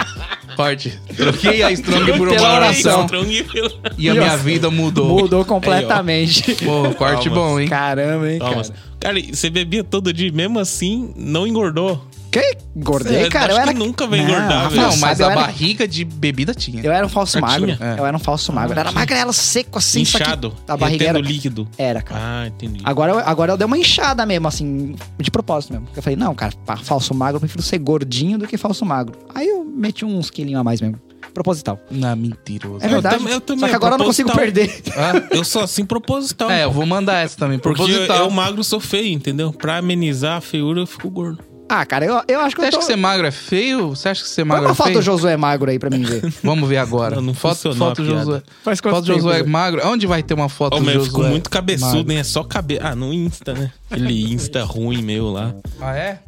Speaker 2: Corte. Troquei a Strong por uma
Speaker 3: Pela oração.
Speaker 2: oração.
Speaker 1: Strong pela...
Speaker 2: E a minha vida mudou.
Speaker 3: Mudou completamente.
Speaker 2: Pô, corte
Speaker 1: Palmas.
Speaker 2: bom, hein?
Speaker 3: Caramba, hein,
Speaker 1: Toma.
Speaker 3: cara.
Speaker 1: Cara, e você bebia todo dia, e mesmo assim, não engordou.
Speaker 3: Que engordei,
Speaker 1: Cê-
Speaker 3: cara.
Speaker 1: acho
Speaker 3: eu era...
Speaker 1: que nunca vai
Speaker 3: Não,
Speaker 1: engordar,
Speaker 3: Rafael,
Speaker 1: velho.
Speaker 2: Não, mas
Speaker 3: sabe, eu
Speaker 2: a
Speaker 3: era-
Speaker 2: barriga de bebida tinha.
Speaker 3: Eu era um falso magro.
Speaker 1: Tinha?
Speaker 3: Eu era um falso magro. Era magrelo, seco, assim. só que
Speaker 1: É. Inchado.
Speaker 3: A barriga
Speaker 1: retendo
Speaker 3: era...
Speaker 1: líquido.
Speaker 3: Era, cara.
Speaker 1: Ah, entendi.
Speaker 3: Agora, eu- agora eu dei uma inchada mesmo, assim, de propósito mesmo. Eu falei, não, cara, pra falso magro, eu prefiro ser gordinho do que falso magro. Aí eu meti uns quilinhos a mais mesmo. Proposital.
Speaker 2: Não, mentiroso.
Speaker 3: É verdade.
Speaker 1: também- eu também,
Speaker 3: Só que agora eu não consigo
Speaker 1: proposital.
Speaker 3: perder.
Speaker 2: Ah,
Speaker 1: Eu sou assim proposital.
Speaker 2: é, eu vou mandar essa também.
Speaker 1: porque
Speaker 2: Proposital.
Speaker 1: eu magro sou feio, entendeu? Pra amenizar a feiura, eu fico gordo.
Speaker 3: Ah, cara, eu, eu acho que
Speaker 2: Você
Speaker 3: eu tô...
Speaker 2: acha que ser magro é feio? Você acha que ser
Speaker 3: Põe
Speaker 2: magro
Speaker 3: uma
Speaker 2: é
Speaker 3: foto do
Speaker 2: feio?
Speaker 3: Josué magro aí pra mim ver.
Speaker 2: Vamos ver agora.
Speaker 1: Não, não
Speaker 2: foto,
Speaker 1: funcionou
Speaker 2: foto
Speaker 1: a
Speaker 2: do
Speaker 1: piada.
Speaker 2: Josué.
Speaker 3: Faz
Speaker 2: Foto do Josué é magro. Onde vai ter uma foto
Speaker 1: Ô,
Speaker 2: do
Speaker 1: mas eu fico
Speaker 2: Josué?
Speaker 1: muito cabeçudo,
Speaker 2: magro?
Speaker 1: hein? É só cabeça. Ah, no Insta, né? Aquele Insta ruim meu lá.
Speaker 2: Ah, é?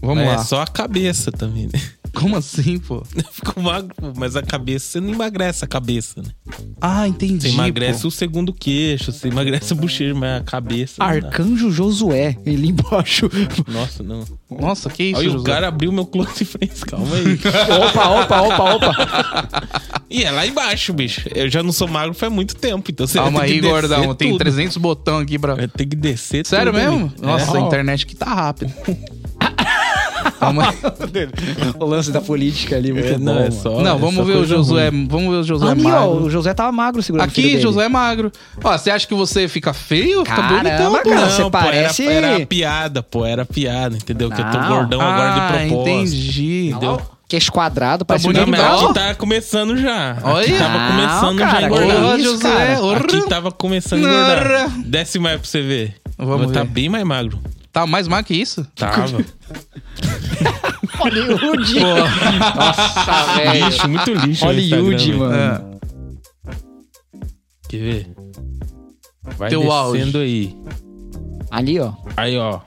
Speaker 2: Vamos
Speaker 1: é
Speaker 2: lá.
Speaker 1: só a cabeça também, né?
Speaker 2: Como assim, pô?
Speaker 1: Ficou magro, pô, mas a cabeça, você não emagrece a cabeça, né?
Speaker 2: Ah, entendi.
Speaker 1: Você emagrece
Speaker 2: pô.
Speaker 1: o segundo queixo, você emagrece a bochecha, mas a cabeça. não dá.
Speaker 3: Arcanjo Josué, ele embaixo.
Speaker 1: Nossa, não.
Speaker 2: Nosa que isso,
Speaker 1: Aí o
Speaker 2: Josué?
Speaker 1: cara abriu meu close friends, calma aí.
Speaker 3: opa, opa, opa, opa.
Speaker 1: e é lá embaixo, bicho. Eu já não sou magro faz muito tempo, então você
Speaker 2: Calma
Speaker 1: vai ter
Speaker 2: aí,
Speaker 1: que descer
Speaker 2: gordão. Tem
Speaker 1: tudo.
Speaker 2: 300 botão aqui pra...
Speaker 1: Vai ter que descer
Speaker 2: Sério
Speaker 1: tudo
Speaker 2: mesmo?
Speaker 1: ali.
Speaker 2: Nossa,
Speaker 1: É.
Speaker 2: a internet aqui tá rápida. Calma aí.
Speaker 3: o lance da política ali, muito
Speaker 1: É, não,
Speaker 3: bom. Ah,
Speaker 1: é só-
Speaker 2: Não,
Speaker 1: é só
Speaker 2: vamos ver o
Speaker 1: coisa
Speaker 2: Josué.
Speaker 1: ruim.
Speaker 2: Vamos ver o Josué
Speaker 3: Ali, ó,
Speaker 2: magro.
Speaker 3: o Josué tava magro segurando o filho
Speaker 2: Aqui,
Speaker 3: dele.
Speaker 2: Josué magro. Ó, você acha que você fica feio? Fica
Speaker 3: Caramba,
Speaker 2: bonitão, pô.
Speaker 3: cara.
Speaker 1: Não,
Speaker 3: você
Speaker 1: pô,
Speaker 3: parece-
Speaker 1: era, era piada, pô, era piada, entendeu? Que eu tô
Speaker 2: Ah.
Speaker 3: Não.
Speaker 1: gordão agora de propósito.
Speaker 2: entendi.
Speaker 1: Entendeu?
Speaker 3: Queixo é quadrado, parece
Speaker 1: Não,
Speaker 2: bonito,
Speaker 3: um
Speaker 1: mas
Speaker 2: Ó.
Speaker 1: aqui tá começando já.
Speaker 2: Olha.
Speaker 1: Aqui tava
Speaker 3: Não,
Speaker 1: começando já a
Speaker 3: cara, que
Speaker 1: engordar.
Speaker 2: Ô,
Speaker 3: isso,
Speaker 2: Josué,
Speaker 3: cara?
Speaker 2: ô,
Speaker 1: Aqui tava começando a
Speaker 2: Nara.
Speaker 1: engordar. Desce mais pra você ver.
Speaker 2: Vamos
Speaker 1: Vou tá
Speaker 2: ver.
Speaker 1: bem mais magro.
Speaker 2: Tá mais magro que isso?
Speaker 1: Tava.
Speaker 3: Hollywood. Nossa, velho.
Speaker 1: lixo, muito lixo. no
Speaker 3: Hollywood,
Speaker 1: Instagram,
Speaker 3: mano.
Speaker 2: É.
Speaker 1: velho. Quer ver? Vai
Speaker 2: Teu auge.
Speaker 1: descendo aí.
Speaker 3: Ali, ó.
Speaker 1: Aí, ó.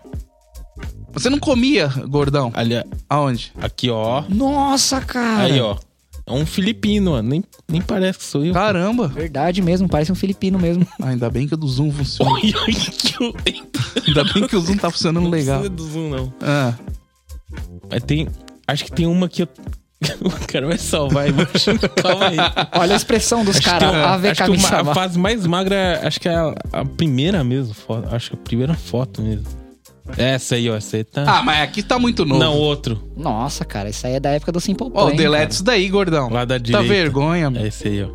Speaker 2: Você não comia, gordão?
Speaker 1: Ali, ó.
Speaker 2: Aonde?
Speaker 1: aqui, ó.
Speaker 3: Nossa, cara.
Speaker 1: Aí, ó. É um filipino, ó. Nem, nem parece que sou eu.
Speaker 2: Caramba. Ah,
Speaker 3: Verdade mesmo, parece um filipino mesmo.
Speaker 2: Ainda bem que o do Zoom funciona.
Speaker 1: Ai, ai, que eu...
Speaker 2: Ainda bem que o Zoom tá funcionando
Speaker 1: Não
Speaker 2: legal.
Speaker 1: precisa do zoom, não.
Speaker 2: Ah.
Speaker 1: Mas tem... Acho que tem uma que eu... O cara vai salvar aí, baixo. Calma aí.
Speaker 3: Olha a expressão dos
Speaker 1: Acho que
Speaker 3: caras.
Speaker 1: tem uma-
Speaker 3: AV
Speaker 1: acho que uma-
Speaker 3: Kamisama.
Speaker 1: a fase mais magra, é- acho que é a, a primeira mesmo. Foto, acho que a primeira foto mesmo. É Essa aí, ó. Essa aí tá...
Speaker 2: Ah, mas aqui tá muito novo.
Speaker 1: Não, outro.
Speaker 3: Nossa, cara, isso aí é da época do Simple Plan.
Speaker 2: Ó, delete é isso daí, gordão.
Speaker 1: Lá da
Speaker 2: Tá
Speaker 1: direita.
Speaker 2: vergonha, mano.
Speaker 1: É esse aí, ó. É.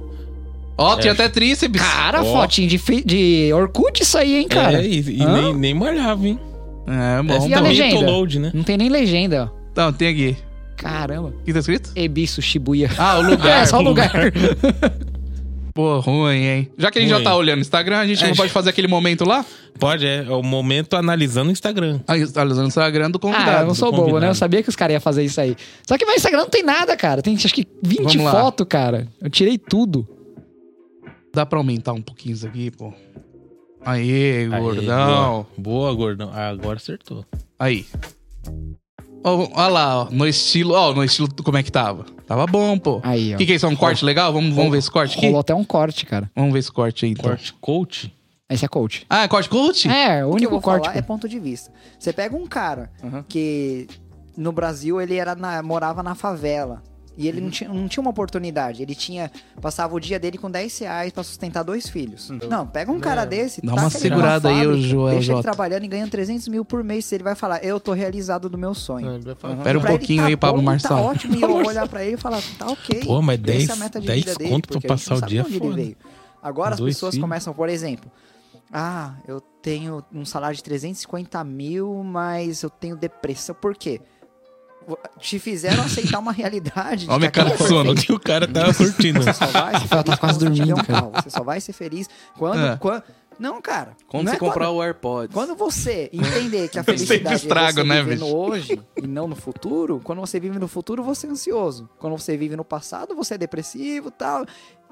Speaker 2: Ó, tinha até tríceps.
Speaker 3: Cara,
Speaker 1: Ó.
Speaker 3: fotinho de, fi- de Orkut isso aí, hein, cara.
Speaker 1: É, e, e
Speaker 3: Hã?
Speaker 1: nem, nem molhava, hein?
Speaker 2: É, bom.
Speaker 1: Essa
Speaker 3: E
Speaker 2: Então,
Speaker 3: a
Speaker 1: também
Speaker 3: legenda?
Speaker 1: load, né?
Speaker 3: Não tem nem legenda, ó.
Speaker 2: então, tem aqui.
Speaker 3: Caramba.
Speaker 2: O que tá escrito?
Speaker 3: Ebisu Shibuya.
Speaker 2: Ah, o lugar.
Speaker 3: é, só o lugar.
Speaker 2: Pô, ruim, hein? Já que a gente já
Speaker 1: Ruim.
Speaker 2: tá olhando o Instagram, a gente
Speaker 1: É,
Speaker 2: não
Speaker 1: gente.
Speaker 2: pode fazer aquele momento lá?
Speaker 1: Pode, é, é o momento analisando o Instagram.
Speaker 2: Aí, tá usando o Instagram do
Speaker 3: Ah, eu
Speaker 2: convidado.
Speaker 3: não sou
Speaker 1: do
Speaker 3: bobo, né?
Speaker 1: convidado.
Speaker 3: Eu sabia que os caras iam fazer isso aí. Só que meu Instagram não tem nada, cara. Tem acho que 20
Speaker 2: Vamos lá.
Speaker 3: fotos, cara. Eu tirei tudo.
Speaker 2: Dá pra aumentar um pouquinho isso aqui, pô?
Speaker 1: Aê,
Speaker 2: Aê, gordão.
Speaker 1: boa. Boa, gordão. Ah, agora acertou.
Speaker 2: Aí. Ó, ó lá, ó. No estilo. Ó, no estilo como é que tava. Tava bom, pô.
Speaker 3: Aí,
Speaker 2: O
Speaker 3: ó.
Speaker 2: que, que é isso? É um corte legal? Vamos, vamos ver esse corte aqui?
Speaker 3: Rolou até um corte, cara.
Speaker 2: Vamos ver esse corte aí, então.
Speaker 1: Corte coach.
Speaker 3: Esse é coach.
Speaker 2: Ah, é corte coach?
Speaker 3: É, o
Speaker 4: O que eu
Speaker 3: único
Speaker 4: vou
Speaker 3: corte.
Speaker 4: falar é ponto de vista. Você pega um cara que no Brasil ele era na- morava na favela. E ele não, tinha, não tinha uma oportunidade. Ele tinha. Passava o dia dele com 10 reais pra sustentar dois filhos. Não, pega um cara desse.
Speaker 2: Dá uma
Speaker 4: taca ele numa
Speaker 2: segurada aí,
Speaker 4: fábrica,
Speaker 2: ô Joel
Speaker 4: Deixa
Speaker 2: Jota.
Speaker 4: ele trabalhando e ganhando 300 mil por mês. Ele vai falar: Eu tô realizado do meu sonho.
Speaker 2: Espera um
Speaker 4: Pra ele
Speaker 2: pouquinho
Speaker 4: tá
Speaker 2: aí, Pablo
Speaker 4: bom,
Speaker 2: Marçal.
Speaker 4: Tá ótimo, e eu olhar pra ele e falar, tá ok.
Speaker 1: Pô, mas
Speaker 4: Essa é
Speaker 1: 10
Speaker 4: a meta de
Speaker 1: 10
Speaker 4: vida dele,
Speaker 1: conto pra
Speaker 4: porque a gente
Speaker 1: passar
Speaker 4: não
Speaker 1: o
Speaker 4: sabe
Speaker 1: dia é
Speaker 4: de onde ele
Speaker 1: foda.
Speaker 4: veio. Agora as
Speaker 1: Dois
Speaker 4: pessoas
Speaker 1: filhos.
Speaker 4: começam, por exemplo, ah, eu tenho um salário de 350 mil, mas eu tenho depressão. Por quê? Vo- Te fizeram aceitar uma realidade. de
Speaker 2: Olha
Speaker 4: que
Speaker 2: minha cara de
Speaker 4: aquela
Speaker 2: sono.
Speaker 1: O que o cara tava curtindo.
Speaker 4: Você só vai ser
Speaker 3: Rafael tá
Speaker 4: feliz
Speaker 3: quase
Speaker 4: quando você tiver
Speaker 3: dormindo,
Speaker 4: um
Speaker 3: cara.
Speaker 4: carro. Você só vai ser feliz quando...
Speaker 2: É.
Speaker 4: quando... Não, cara.
Speaker 6: Quando
Speaker 4: não
Speaker 6: você
Speaker 4: é
Speaker 6: comprar o AirPods.
Speaker 4: quando você entender que a
Speaker 2: Sempre
Speaker 4: felicidade
Speaker 2: estrago,
Speaker 4: é você
Speaker 2: né,
Speaker 4: viver
Speaker 2: bicho?
Speaker 4: no hoje e não no futuro, quando você vive no futuro, você é ansioso. Quando você vive no passado, você é depressivo e tal.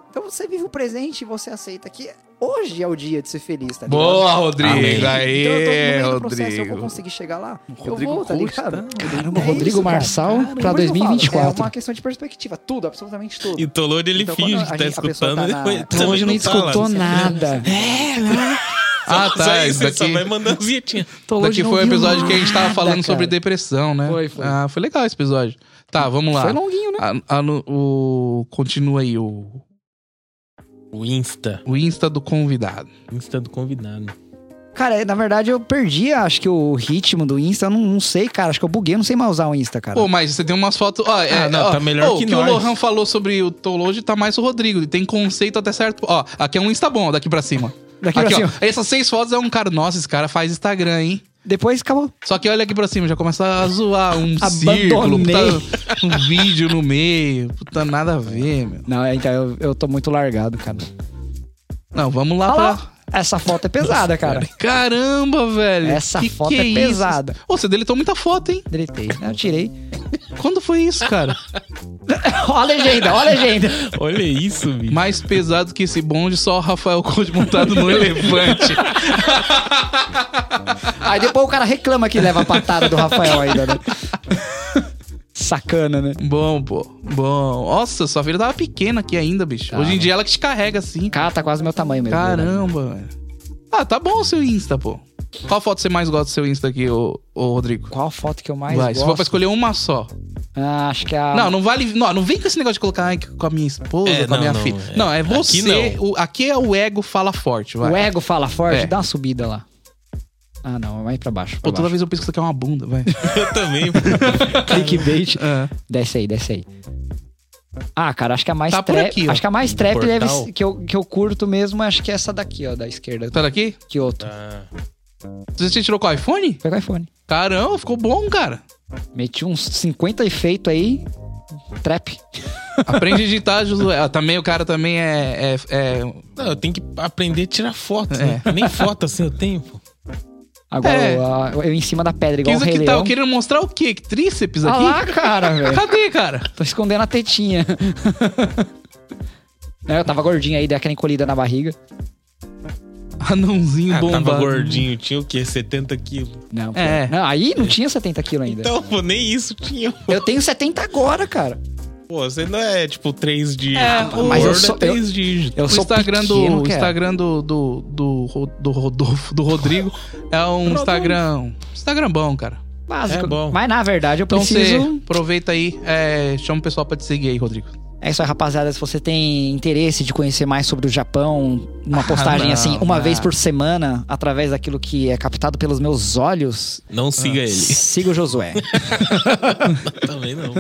Speaker 4: Então você vive o presente e você aceita que hoje é o dia de ser feliz, tá ligado?
Speaker 2: Boa, Rodrigo.
Speaker 1: Amém.
Speaker 4: Então eu tô no
Speaker 2: Aê,
Speaker 4: meio do processo, eu vou
Speaker 2: Rodrigo.
Speaker 4: conseguir chegar lá.
Speaker 6: Rodrigo
Speaker 4: eu vou, tá
Speaker 6: coach,
Speaker 4: ligado?
Speaker 3: Caramba,
Speaker 4: É
Speaker 3: Rodrigo
Speaker 4: isso, cara.
Speaker 3: Marçal
Speaker 4: Caramba,
Speaker 3: pra
Speaker 4: por isso que eu falo,
Speaker 3: 2024.
Speaker 4: É uma questão de perspectiva, tudo, absolutamente tudo.
Speaker 1: E o Tolode, ele
Speaker 4: Então,
Speaker 1: finge
Speaker 4: quando
Speaker 1: que
Speaker 4: a
Speaker 1: tá
Speaker 4: gente- a pessoa
Speaker 1: escutando.
Speaker 4: tá na-
Speaker 1: mas
Speaker 4: Então,
Speaker 1: também
Speaker 3: hoje não
Speaker 1: fala.
Speaker 3: escutou nada.
Speaker 2: Ah,
Speaker 1: Só
Speaker 2: tá.
Speaker 1: isso,
Speaker 2: Isso
Speaker 1: ele só vai
Speaker 2: daqui,
Speaker 1: mandando vietinha.
Speaker 3: Tô longe,
Speaker 2: daqui
Speaker 3: não
Speaker 2: foi o
Speaker 3: viu
Speaker 2: episódio que a gente tava
Speaker 3: nada,
Speaker 2: falando sobre
Speaker 3: Ah, tá, cara.
Speaker 2: depressão, né?
Speaker 3: Foi, foi.
Speaker 2: Ah, foi legal esse episódio. Tá, vamos lá.
Speaker 3: Foi longuinho, né?
Speaker 2: A- a no- o, continua aí o,
Speaker 1: O Insta.
Speaker 2: o Insta do convidado.
Speaker 1: Insta do convidado.
Speaker 3: Cara, é, na verdade eu perdi, acho que o ritmo do Insta. Eu não, não sei, cara. Acho que eu buguei, eu não sei mais usar o Insta, cara.
Speaker 2: Pô, mas você tem umas fotos. Ó, é,
Speaker 1: Ah, não,
Speaker 2: ó,
Speaker 1: tá melhor
Speaker 2: ó, o
Speaker 1: que
Speaker 2: o
Speaker 1: nós.
Speaker 2: Lohan falou sobre o Tologe tá mais o Rodrigo. Ele tem conceito até certo. Ó, aqui é um Insta bom, daqui pra cima.
Speaker 3: Daqui
Speaker 2: aqui,
Speaker 3: pra
Speaker 2: ó.
Speaker 3: cima.
Speaker 2: Essas seis fotos é um cara. Nossa, esse cara faz Instagram, hein?
Speaker 3: Depois acabou.
Speaker 2: Só que olha aqui pra cima, já começa a zoar um
Speaker 3: Abandonei.
Speaker 2: círculo, puta, um vídeo no meio. Puta, nada a ver, meu.
Speaker 3: Não, é, então eu, eu tô muito largado, cara.
Speaker 2: Não, vamos lá
Speaker 3: Olha
Speaker 2: pra.
Speaker 3: lá. Essa foto é pesada, cara.
Speaker 2: Caramba, velho.
Speaker 3: Essa foto é
Speaker 2: isso?
Speaker 3: pesada.
Speaker 2: Ô, você deletou muita foto, hein?
Speaker 3: Deletei. Eu tirei.
Speaker 2: Quando foi isso, cara?
Speaker 3: Olha a legenda, olha a legenda.
Speaker 1: Olha isso, bicho.
Speaker 2: Mais pesado que esse bonde, só o Rafael Conde montado no elefante.
Speaker 3: Aí depois o cara reclama que leva a patada do Rafael ainda, né? sacana, né?
Speaker 2: Bom, pô. Bom. Nossa, sua filha tava pequena aqui ainda, bicho.
Speaker 3: Tava.
Speaker 2: Hoje em dia ela que te carrega assim.
Speaker 3: Cara, tá quase meu tamanho mesmo. né?
Speaker 2: Caramba, velho. Ah, tá bom o seu Insta, pô. Qual foto você mais gosta do seu Insta aqui, ô, ô Rodrigo?
Speaker 3: Qual foto que eu mais
Speaker 2: Vai, se for pra
Speaker 3: gosto?
Speaker 2: escolher uma só.
Speaker 3: Ah, acho que a...
Speaker 2: Não, não vale. Não, não vem com esse negócio de colocar "Ai, com a minha esposa,
Speaker 1: É,
Speaker 2: com a minha
Speaker 1: não, não,
Speaker 2: filha.
Speaker 1: é.
Speaker 2: Não, é
Speaker 1: Aqui
Speaker 2: você.
Speaker 1: não.
Speaker 2: o- aqui é o ego fala forte, vai.
Speaker 3: O ego fala forte,
Speaker 2: É.
Speaker 3: dá uma subida lá. Ah, não, vai pra baixo. Pra
Speaker 2: Pô, toda
Speaker 3: baixo.
Speaker 2: vez eu penso que isso aqui é uma bunda, vai.
Speaker 1: Eu também.
Speaker 3: Clickbait.
Speaker 2: É.
Speaker 3: Desce aí, desce aí. Ah, cara, acho que a mais
Speaker 2: Tá por
Speaker 3: trap.
Speaker 2: aqui, ó.
Speaker 3: acho que a mais trap
Speaker 1: Portal.
Speaker 3: deve, ser- que, eu, que eu curto mesmo, acho que é essa daqui, ó, da esquerda.
Speaker 2: Tá daqui?
Speaker 3: Que outro.
Speaker 1: Ah,
Speaker 2: Você te tirou com o iPhone?
Speaker 3: Pega o iPhone.
Speaker 2: Caramba, ficou bom, cara.
Speaker 3: Meti uns 50 efeitos aí. Trap.
Speaker 2: Aprende a digitar, Josué. Ah, também o cara também é. é, é-
Speaker 1: não, eu tenho que aprender a tirar foto. né?
Speaker 3: É.
Speaker 1: Nem foto assim eu tenho, pô.
Speaker 3: Agora
Speaker 2: É.
Speaker 3: eu, ah, eu em cima da pedra,
Speaker 2: Que
Speaker 3: igual o
Speaker 2: isso
Speaker 3: Rei
Speaker 2: aqui tá
Speaker 3: Leão.
Speaker 2: querendo mostrar o quê? Que tríceps
Speaker 3: Ah
Speaker 2: aqui?
Speaker 3: lá, cara, velho.
Speaker 2: Cadê, cara?
Speaker 3: Tô escondendo a tetinha. É, eu tava gordinho aí, dei aquela encolhida na barriga.
Speaker 2: Anãozinho
Speaker 1: Ah,
Speaker 2: bombado.
Speaker 1: tava gordinho, tinha o quê? 70 quilos.
Speaker 3: Não, pô.
Speaker 2: É.
Speaker 3: Não, aí não tinha 70 quilos ainda.
Speaker 1: Então, pô, nem isso tinha.
Speaker 3: Eu tenho 70 agora, cara.
Speaker 1: Pô, você não é tipo 3 de.
Speaker 2: É,
Speaker 1: gordo,
Speaker 2: mas
Speaker 3: eu sou-
Speaker 1: 3 dígitos.
Speaker 3: Eu
Speaker 2: o
Speaker 3: sou
Speaker 2: Instagram,
Speaker 3: pequeno,
Speaker 2: do, o
Speaker 3: cara.
Speaker 2: Instagram do, do, do, Ro- do Rodolfo, do Rodrigo, é um Instagram. Instagram bom, cara.
Speaker 3: Básico.
Speaker 1: É bom.
Speaker 3: Mas na verdade eu
Speaker 2: Então
Speaker 3: preciso.
Speaker 2: você aproveita aí, é, chama o pessoal pra te seguir aí, Rodrigo.
Speaker 3: É isso aí, rapaziada. Se você tem interesse de conhecer mais sobre o Japão, uma postagem
Speaker 2: Ah, não,
Speaker 3: assim, uma
Speaker 2: não.
Speaker 3: vez por semana, através daquilo que é captado pelos meus olhos,
Speaker 1: Não siga ele.
Speaker 3: siga o Josué.
Speaker 1: Ah. Também não.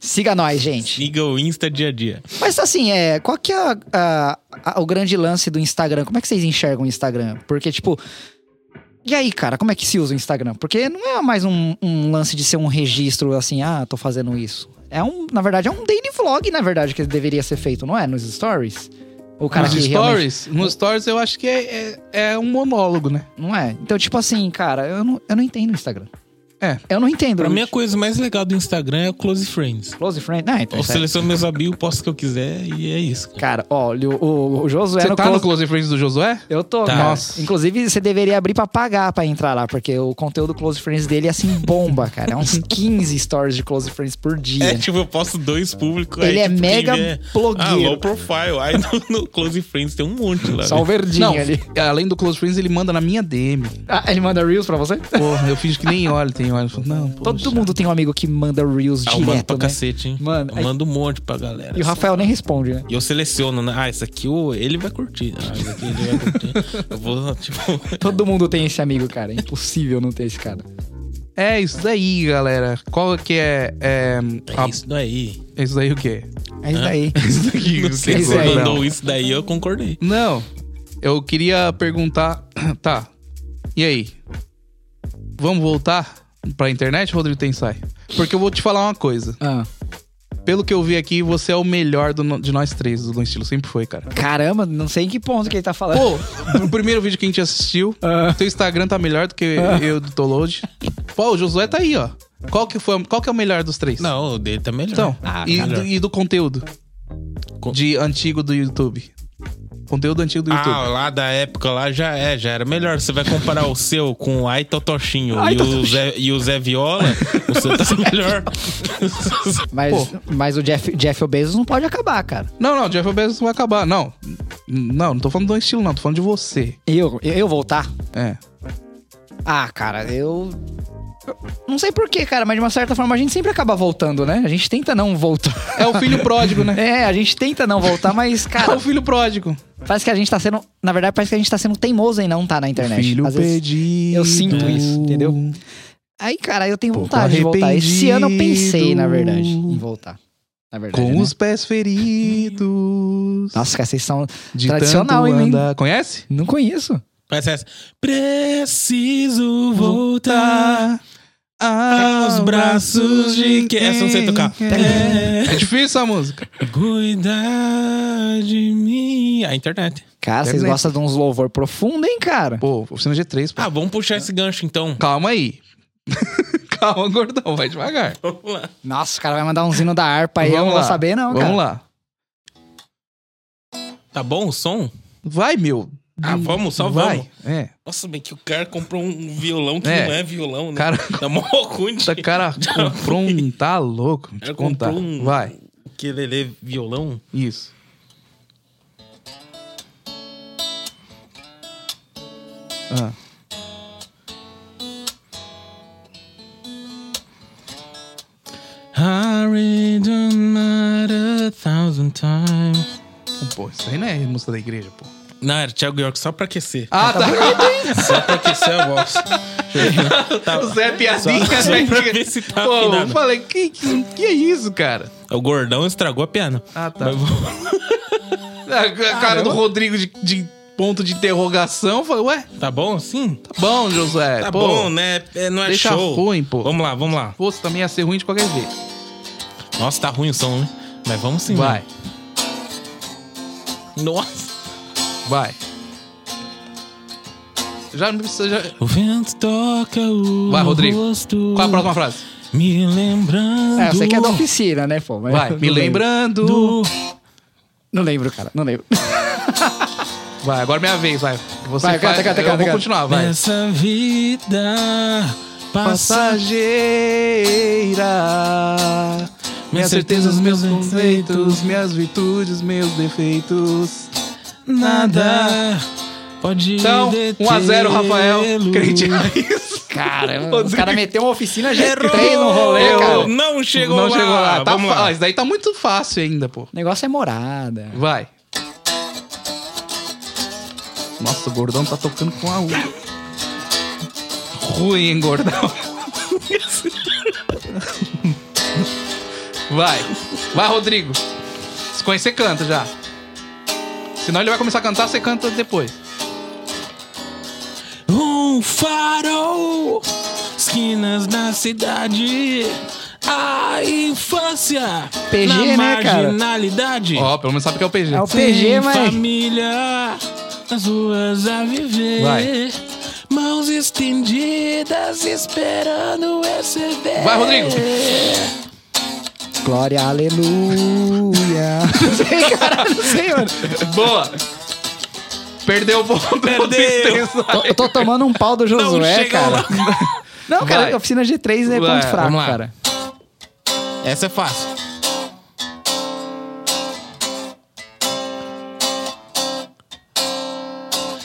Speaker 3: siga nós, gente.
Speaker 1: Siga o Insta dia a dia.
Speaker 3: Mas assim, é, qual que é a- a- a- o grande lance do Instagram? Como é que vocês enxergam o Instagram? Porque, tipo. E aí, cara, como é que se usa o Instagram? Porque não é mais um, um lance de ser um registro assim, ah, tô fazendo isso. É um, na verdade, é um daily vlog, na verdade, que deveria ser feito, não é? Nos stories? O cara
Speaker 2: nos
Speaker 3: que
Speaker 2: stories,
Speaker 3: realmente-
Speaker 2: nos stories eu acho que é, é, é um monólogo, né?
Speaker 3: Não é? Então, tipo assim, cara, eu não, eu não entendo o Instagram.
Speaker 2: É.
Speaker 3: Eu não entendo.
Speaker 1: Pra mim, a coisa mais legal do Instagram é o Close Friends.
Speaker 3: Close friend. Não, então,
Speaker 1: Eu
Speaker 3: isso é-
Speaker 1: seleciono meus amigos, posto o que eu quiser e é isso. cara.
Speaker 3: Cara, olha, o, o, o Josué
Speaker 2: Você
Speaker 3: no
Speaker 2: tá
Speaker 3: close-
Speaker 2: no Close Friends do Josué?
Speaker 3: Eu tô,
Speaker 1: Tá.
Speaker 3: cara.
Speaker 2: Nossa.
Speaker 3: Inclusive, você deveria abrir pra pagar pra entrar lá, porque o conteúdo Close Friends dele é assim, bomba, cara. É uns 15 stories de Close Friends por dia.
Speaker 1: É, tipo, eu posto dois públicos.
Speaker 3: Ele
Speaker 1: aí,
Speaker 3: é
Speaker 1: tipo, quem
Speaker 3: mega
Speaker 1: vê- Ah,
Speaker 3: blogueiro.
Speaker 1: low profile. Aí no, no Close Friends tem um monte lá.
Speaker 3: Só o verdinho
Speaker 2: Não, é,
Speaker 3: ali.
Speaker 2: além do Close Friends, ele manda na minha DM.
Speaker 3: Ah, ele manda Reels pra você?
Speaker 2: Porra, eu finjo que nem olho, tem olho. Não, poxa.
Speaker 3: Todo mundo tem um amigo que manda Reels
Speaker 1: Ah, eu mando
Speaker 3: direto,
Speaker 1: pra
Speaker 3: né?
Speaker 1: cacete, hein?
Speaker 3: Mano,
Speaker 1: eu
Speaker 3: aí-
Speaker 1: mando um monte pra galera.
Speaker 3: E o
Speaker 1: assim.
Speaker 3: Rafael nem responde, né?
Speaker 1: E eu seleciono, né? Ah, esse aqui ô, ele vai curtir. Ah, esse aqui ele vai curtir. Eu vou, tipo.
Speaker 3: Todo mundo tem esse amigo, cara. É impossível não ter esse cara.
Speaker 2: É isso aí, galera. Qual que é. É,
Speaker 1: É
Speaker 2: a-
Speaker 1: isso daí.
Speaker 2: é isso aí o quê?
Speaker 3: É isso daí.
Speaker 2: Isso daqui,
Speaker 1: Não sei
Speaker 2: que
Speaker 1: se você
Speaker 3: aí,
Speaker 1: mandou
Speaker 2: não.
Speaker 1: isso daí, eu concordei.
Speaker 2: Não, eu queria perguntar. Tá, e aí? Vamos voltar pra internet, Rodrigo Tensai? Porque eu vou te falar uma coisa.
Speaker 3: Ah.
Speaker 2: Pelo que eu vi aqui, você é o melhor do no- de nós três, do No Estilo. Sempre foi, cara.
Speaker 3: Caramba, não sei em que ponto que ele tá falando.
Speaker 2: Pô, no primeiro vídeo que a gente assistiu,
Speaker 3: Ah.
Speaker 2: teu Instagram tá melhor do que eu do Tolode. Pô, o Josué tá aí, ó. Qual que, foi, qual que é o melhor dos três?
Speaker 1: Não, o dele tá melhor.
Speaker 2: Então,
Speaker 1: Ah,
Speaker 2: e,
Speaker 1: cara.
Speaker 2: do, e do conteúdo?
Speaker 1: Co-
Speaker 2: De antigo do YouTube. Conteúdo antigo do YouTube.
Speaker 1: Ah, lá da época lá já é, já era melhor. Você vai comparar o seu com o Ai Totochinho
Speaker 3: Ai,
Speaker 1: e, o Zé, e o Zé Viola, o seu tá melhor.
Speaker 3: Mas, mas o Jeff, Jeff Bezos não pode acabar, cara.
Speaker 2: Não, não, Jeff Bezos vai acabar. Não. Não, não tô falando do estilo, não. Tô falando de você.
Speaker 3: Eu, eu, eu voltar?
Speaker 2: É.
Speaker 3: Ah, cara, eu. eu Não sei porquê, cara, mas de uma certa forma a gente sempre acaba voltando, né? A gente tenta não voltar.
Speaker 2: É o filho pródigo, né?
Speaker 3: É, a gente tenta não voltar, mas,
Speaker 2: É
Speaker 3: cara,
Speaker 2: o filho pródigo.
Speaker 3: parece que a gente tá sendo. Na verdade, parece que a gente tá sendo teimoso em não tá na internet.
Speaker 2: Filho
Speaker 3: Às vezes-
Speaker 2: perdido.
Speaker 3: eu sinto isso, entendeu? Aí, cara, eu tenho
Speaker 2: Pouco
Speaker 3: vontade de voltar. Esse
Speaker 2: arrependido.
Speaker 3: ano eu pensei, na verdade, em voltar. Na verdade.
Speaker 2: Com
Speaker 3: né?
Speaker 2: os pés feridos.
Speaker 3: Nossa, cara, vocês são.
Speaker 2: de
Speaker 3: tradicional,
Speaker 2: tanto
Speaker 3: hein,
Speaker 2: andar. Conhece?
Speaker 3: Não conheço.
Speaker 1: Mas é essa. Preciso voltar aos
Speaker 2: Aos
Speaker 1: É braços de quem. Essa eu não sei tocar. É,
Speaker 2: É difícil a música.
Speaker 1: cuidar de mim. A internet.
Speaker 3: Cara, vocês
Speaker 2: Deve-
Speaker 3: gostam de uns louvor profundo, hein, cara?
Speaker 2: Pô, oficina G3, pô.
Speaker 1: Ah, vamos puxar esse gancho então.
Speaker 2: Calma aí. Calma, gordão, vai devagar.
Speaker 1: Vamos lá.
Speaker 3: Nossa, o cara vai mandar um zino da harpa aí, eu não vou saber, não, cara.
Speaker 2: Vamos lá.
Speaker 1: Tá bom o som?
Speaker 2: Vai, meu.
Speaker 1: Ah, vamos, só
Speaker 2: Hum, Vai.
Speaker 1: vamos.
Speaker 2: É.
Speaker 1: Nossa, bem que o cara comprou um violão que
Speaker 2: É.
Speaker 1: não é violão, né?
Speaker 2: Cara-
Speaker 1: tá mó ruim de...
Speaker 2: Essa cara comprou um. Tá louco. Vou te
Speaker 1: Ela
Speaker 2: contar.
Speaker 1: comprou um-
Speaker 2: Vai.
Speaker 1: Que lelê violão?
Speaker 2: Isso. Ah.
Speaker 1: I read a thousand times.
Speaker 2: Pô, isso aí não é música da igreja, pô.
Speaker 1: Não, era Thiago York só pra aquecer.
Speaker 2: Ah, tá.
Speaker 1: Só pra aquecer é a voz. Tá,
Speaker 2: o Zé Piadinha.
Speaker 1: Só- só
Speaker 2: né?
Speaker 1: pra ver se tá
Speaker 2: Pô, eu
Speaker 1: afinado.
Speaker 2: falei, que, que, que é isso, cara?
Speaker 1: O gordão estragou a piada.
Speaker 2: Ah, tá.
Speaker 1: Mas vamos-
Speaker 2: A a cara do Rodrigo de, de ponto de interrogação. Eu falei, ué,
Speaker 1: Tá bom assim?
Speaker 2: tá bom, Josué.
Speaker 1: Tá
Speaker 2: pô,
Speaker 1: bom, né? É, não é
Speaker 2: deixa
Speaker 1: show.
Speaker 2: ruim, pô.
Speaker 1: Vamos lá, vamos lá.
Speaker 2: Pô, você também ia ser ruim de qualquer jeito.
Speaker 1: Nossa, tá ruim o som, né? Mas vamos sim.
Speaker 2: Vai,
Speaker 1: mano. Nossa.
Speaker 2: vai. Já não precisa... Já...
Speaker 1: O vento toca o
Speaker 2: Vai, Rodrigo.
Speaker 1: rosto.
Speaker 2: Qual a próxima frase?
Speaker 1: Me lembrando.
Speaker 3: É, você quer da oficina, né, pô? Mas
Speaker 2: Vai,
Speaker 3: não
Speaker 2: me
Speaker 3: lembro.
Speaker 2: lembrando.
Speaker 1: do...
Speaker 3: Não lembro, cara, não lembro.
Speaker 2: Vai, agora é minha vez, vai. Você
Speaker 3: Vai,
Speaker 2: faz-
Speaker 3: canta, canta,
Speaker 2: eu
Speaker 3: canta,
Speaker 2: vou
Speaker 3: canta.
Speaker 2: continuar, vai.
Speaker 1: Nessa vida passa
Speaker 2: passageira. Minhas certezas, meus conceitos, minhas virtudes, meus defeitos.
Speaker 1: nada. Pode
Speaker 2: Então, 1x0, Rafael.
Speaker 1: detê-lo.
Speaker 2: Crente raiz.
Speaker 3: Caramba, os
Speaker 2: Rodrigo.
Speaker 3: caras meteu uma oficina
Speaker 1: Errou!
Speaker 3: G3 no rolê, cara. O
Speaker 1: Não chegou
Speaker 2: Não
Speaker 1: lá.
Speaker 2: chegou lá. Tá
Speaker 1: Vamos
Speaker 2: fa-
Speaker 1: lá.
Speaker 2: ó, isso daí tá muito fácil ainda, pô.
Speaker 3: negócio é morada.
Speaker 2: Vai. Nossa, o gordão tá tocando com a U. Ruim, hein, gordão? Vai. Vai, Rodrigo. Se conhecer, canta já. Senão ele vai começar a cantar, você canta depois.
Speaker 1: Um farol, esquinas na cidade, a infância,
Speaker 3: PG,
Speaker 1: na
Speaker 3: né, cara?
Speaker 1: marginalidade.
Speaker 2: Ó, pelo menos sabe que é o PG.
Speaker 3: É o
Speaker 1: Sem
Speaker 3: PG, mas.
Speaker 1: família, as ruas a viver.
Speaker 2: Vai.
Speaker 1: Mãos estendidas esperando receber.
Speaker 2: Vai, Rodrigo.
Speaker 3: Glória, aleluia. Não sei, cara, não sei, mano.
Speaker 2: Boa. Perdeu o ponto.
Speaker 1: Perdeu.
Speaker 3: Tô- Eu tô tomando um pau do Josué,
Speaker 1: chega
Speaker 3: cara.
Speaker 1: lá.
Speaker 3: Não, cara,
Speaker 2: Vai.
Speaker 3: oficina G3 é
Speaker 2: Vai,
Speaker 3: ponto fraco,
Speaker 1: vamos lá.
Speaker 3: cara.
Speaker 1: Essa é fácil.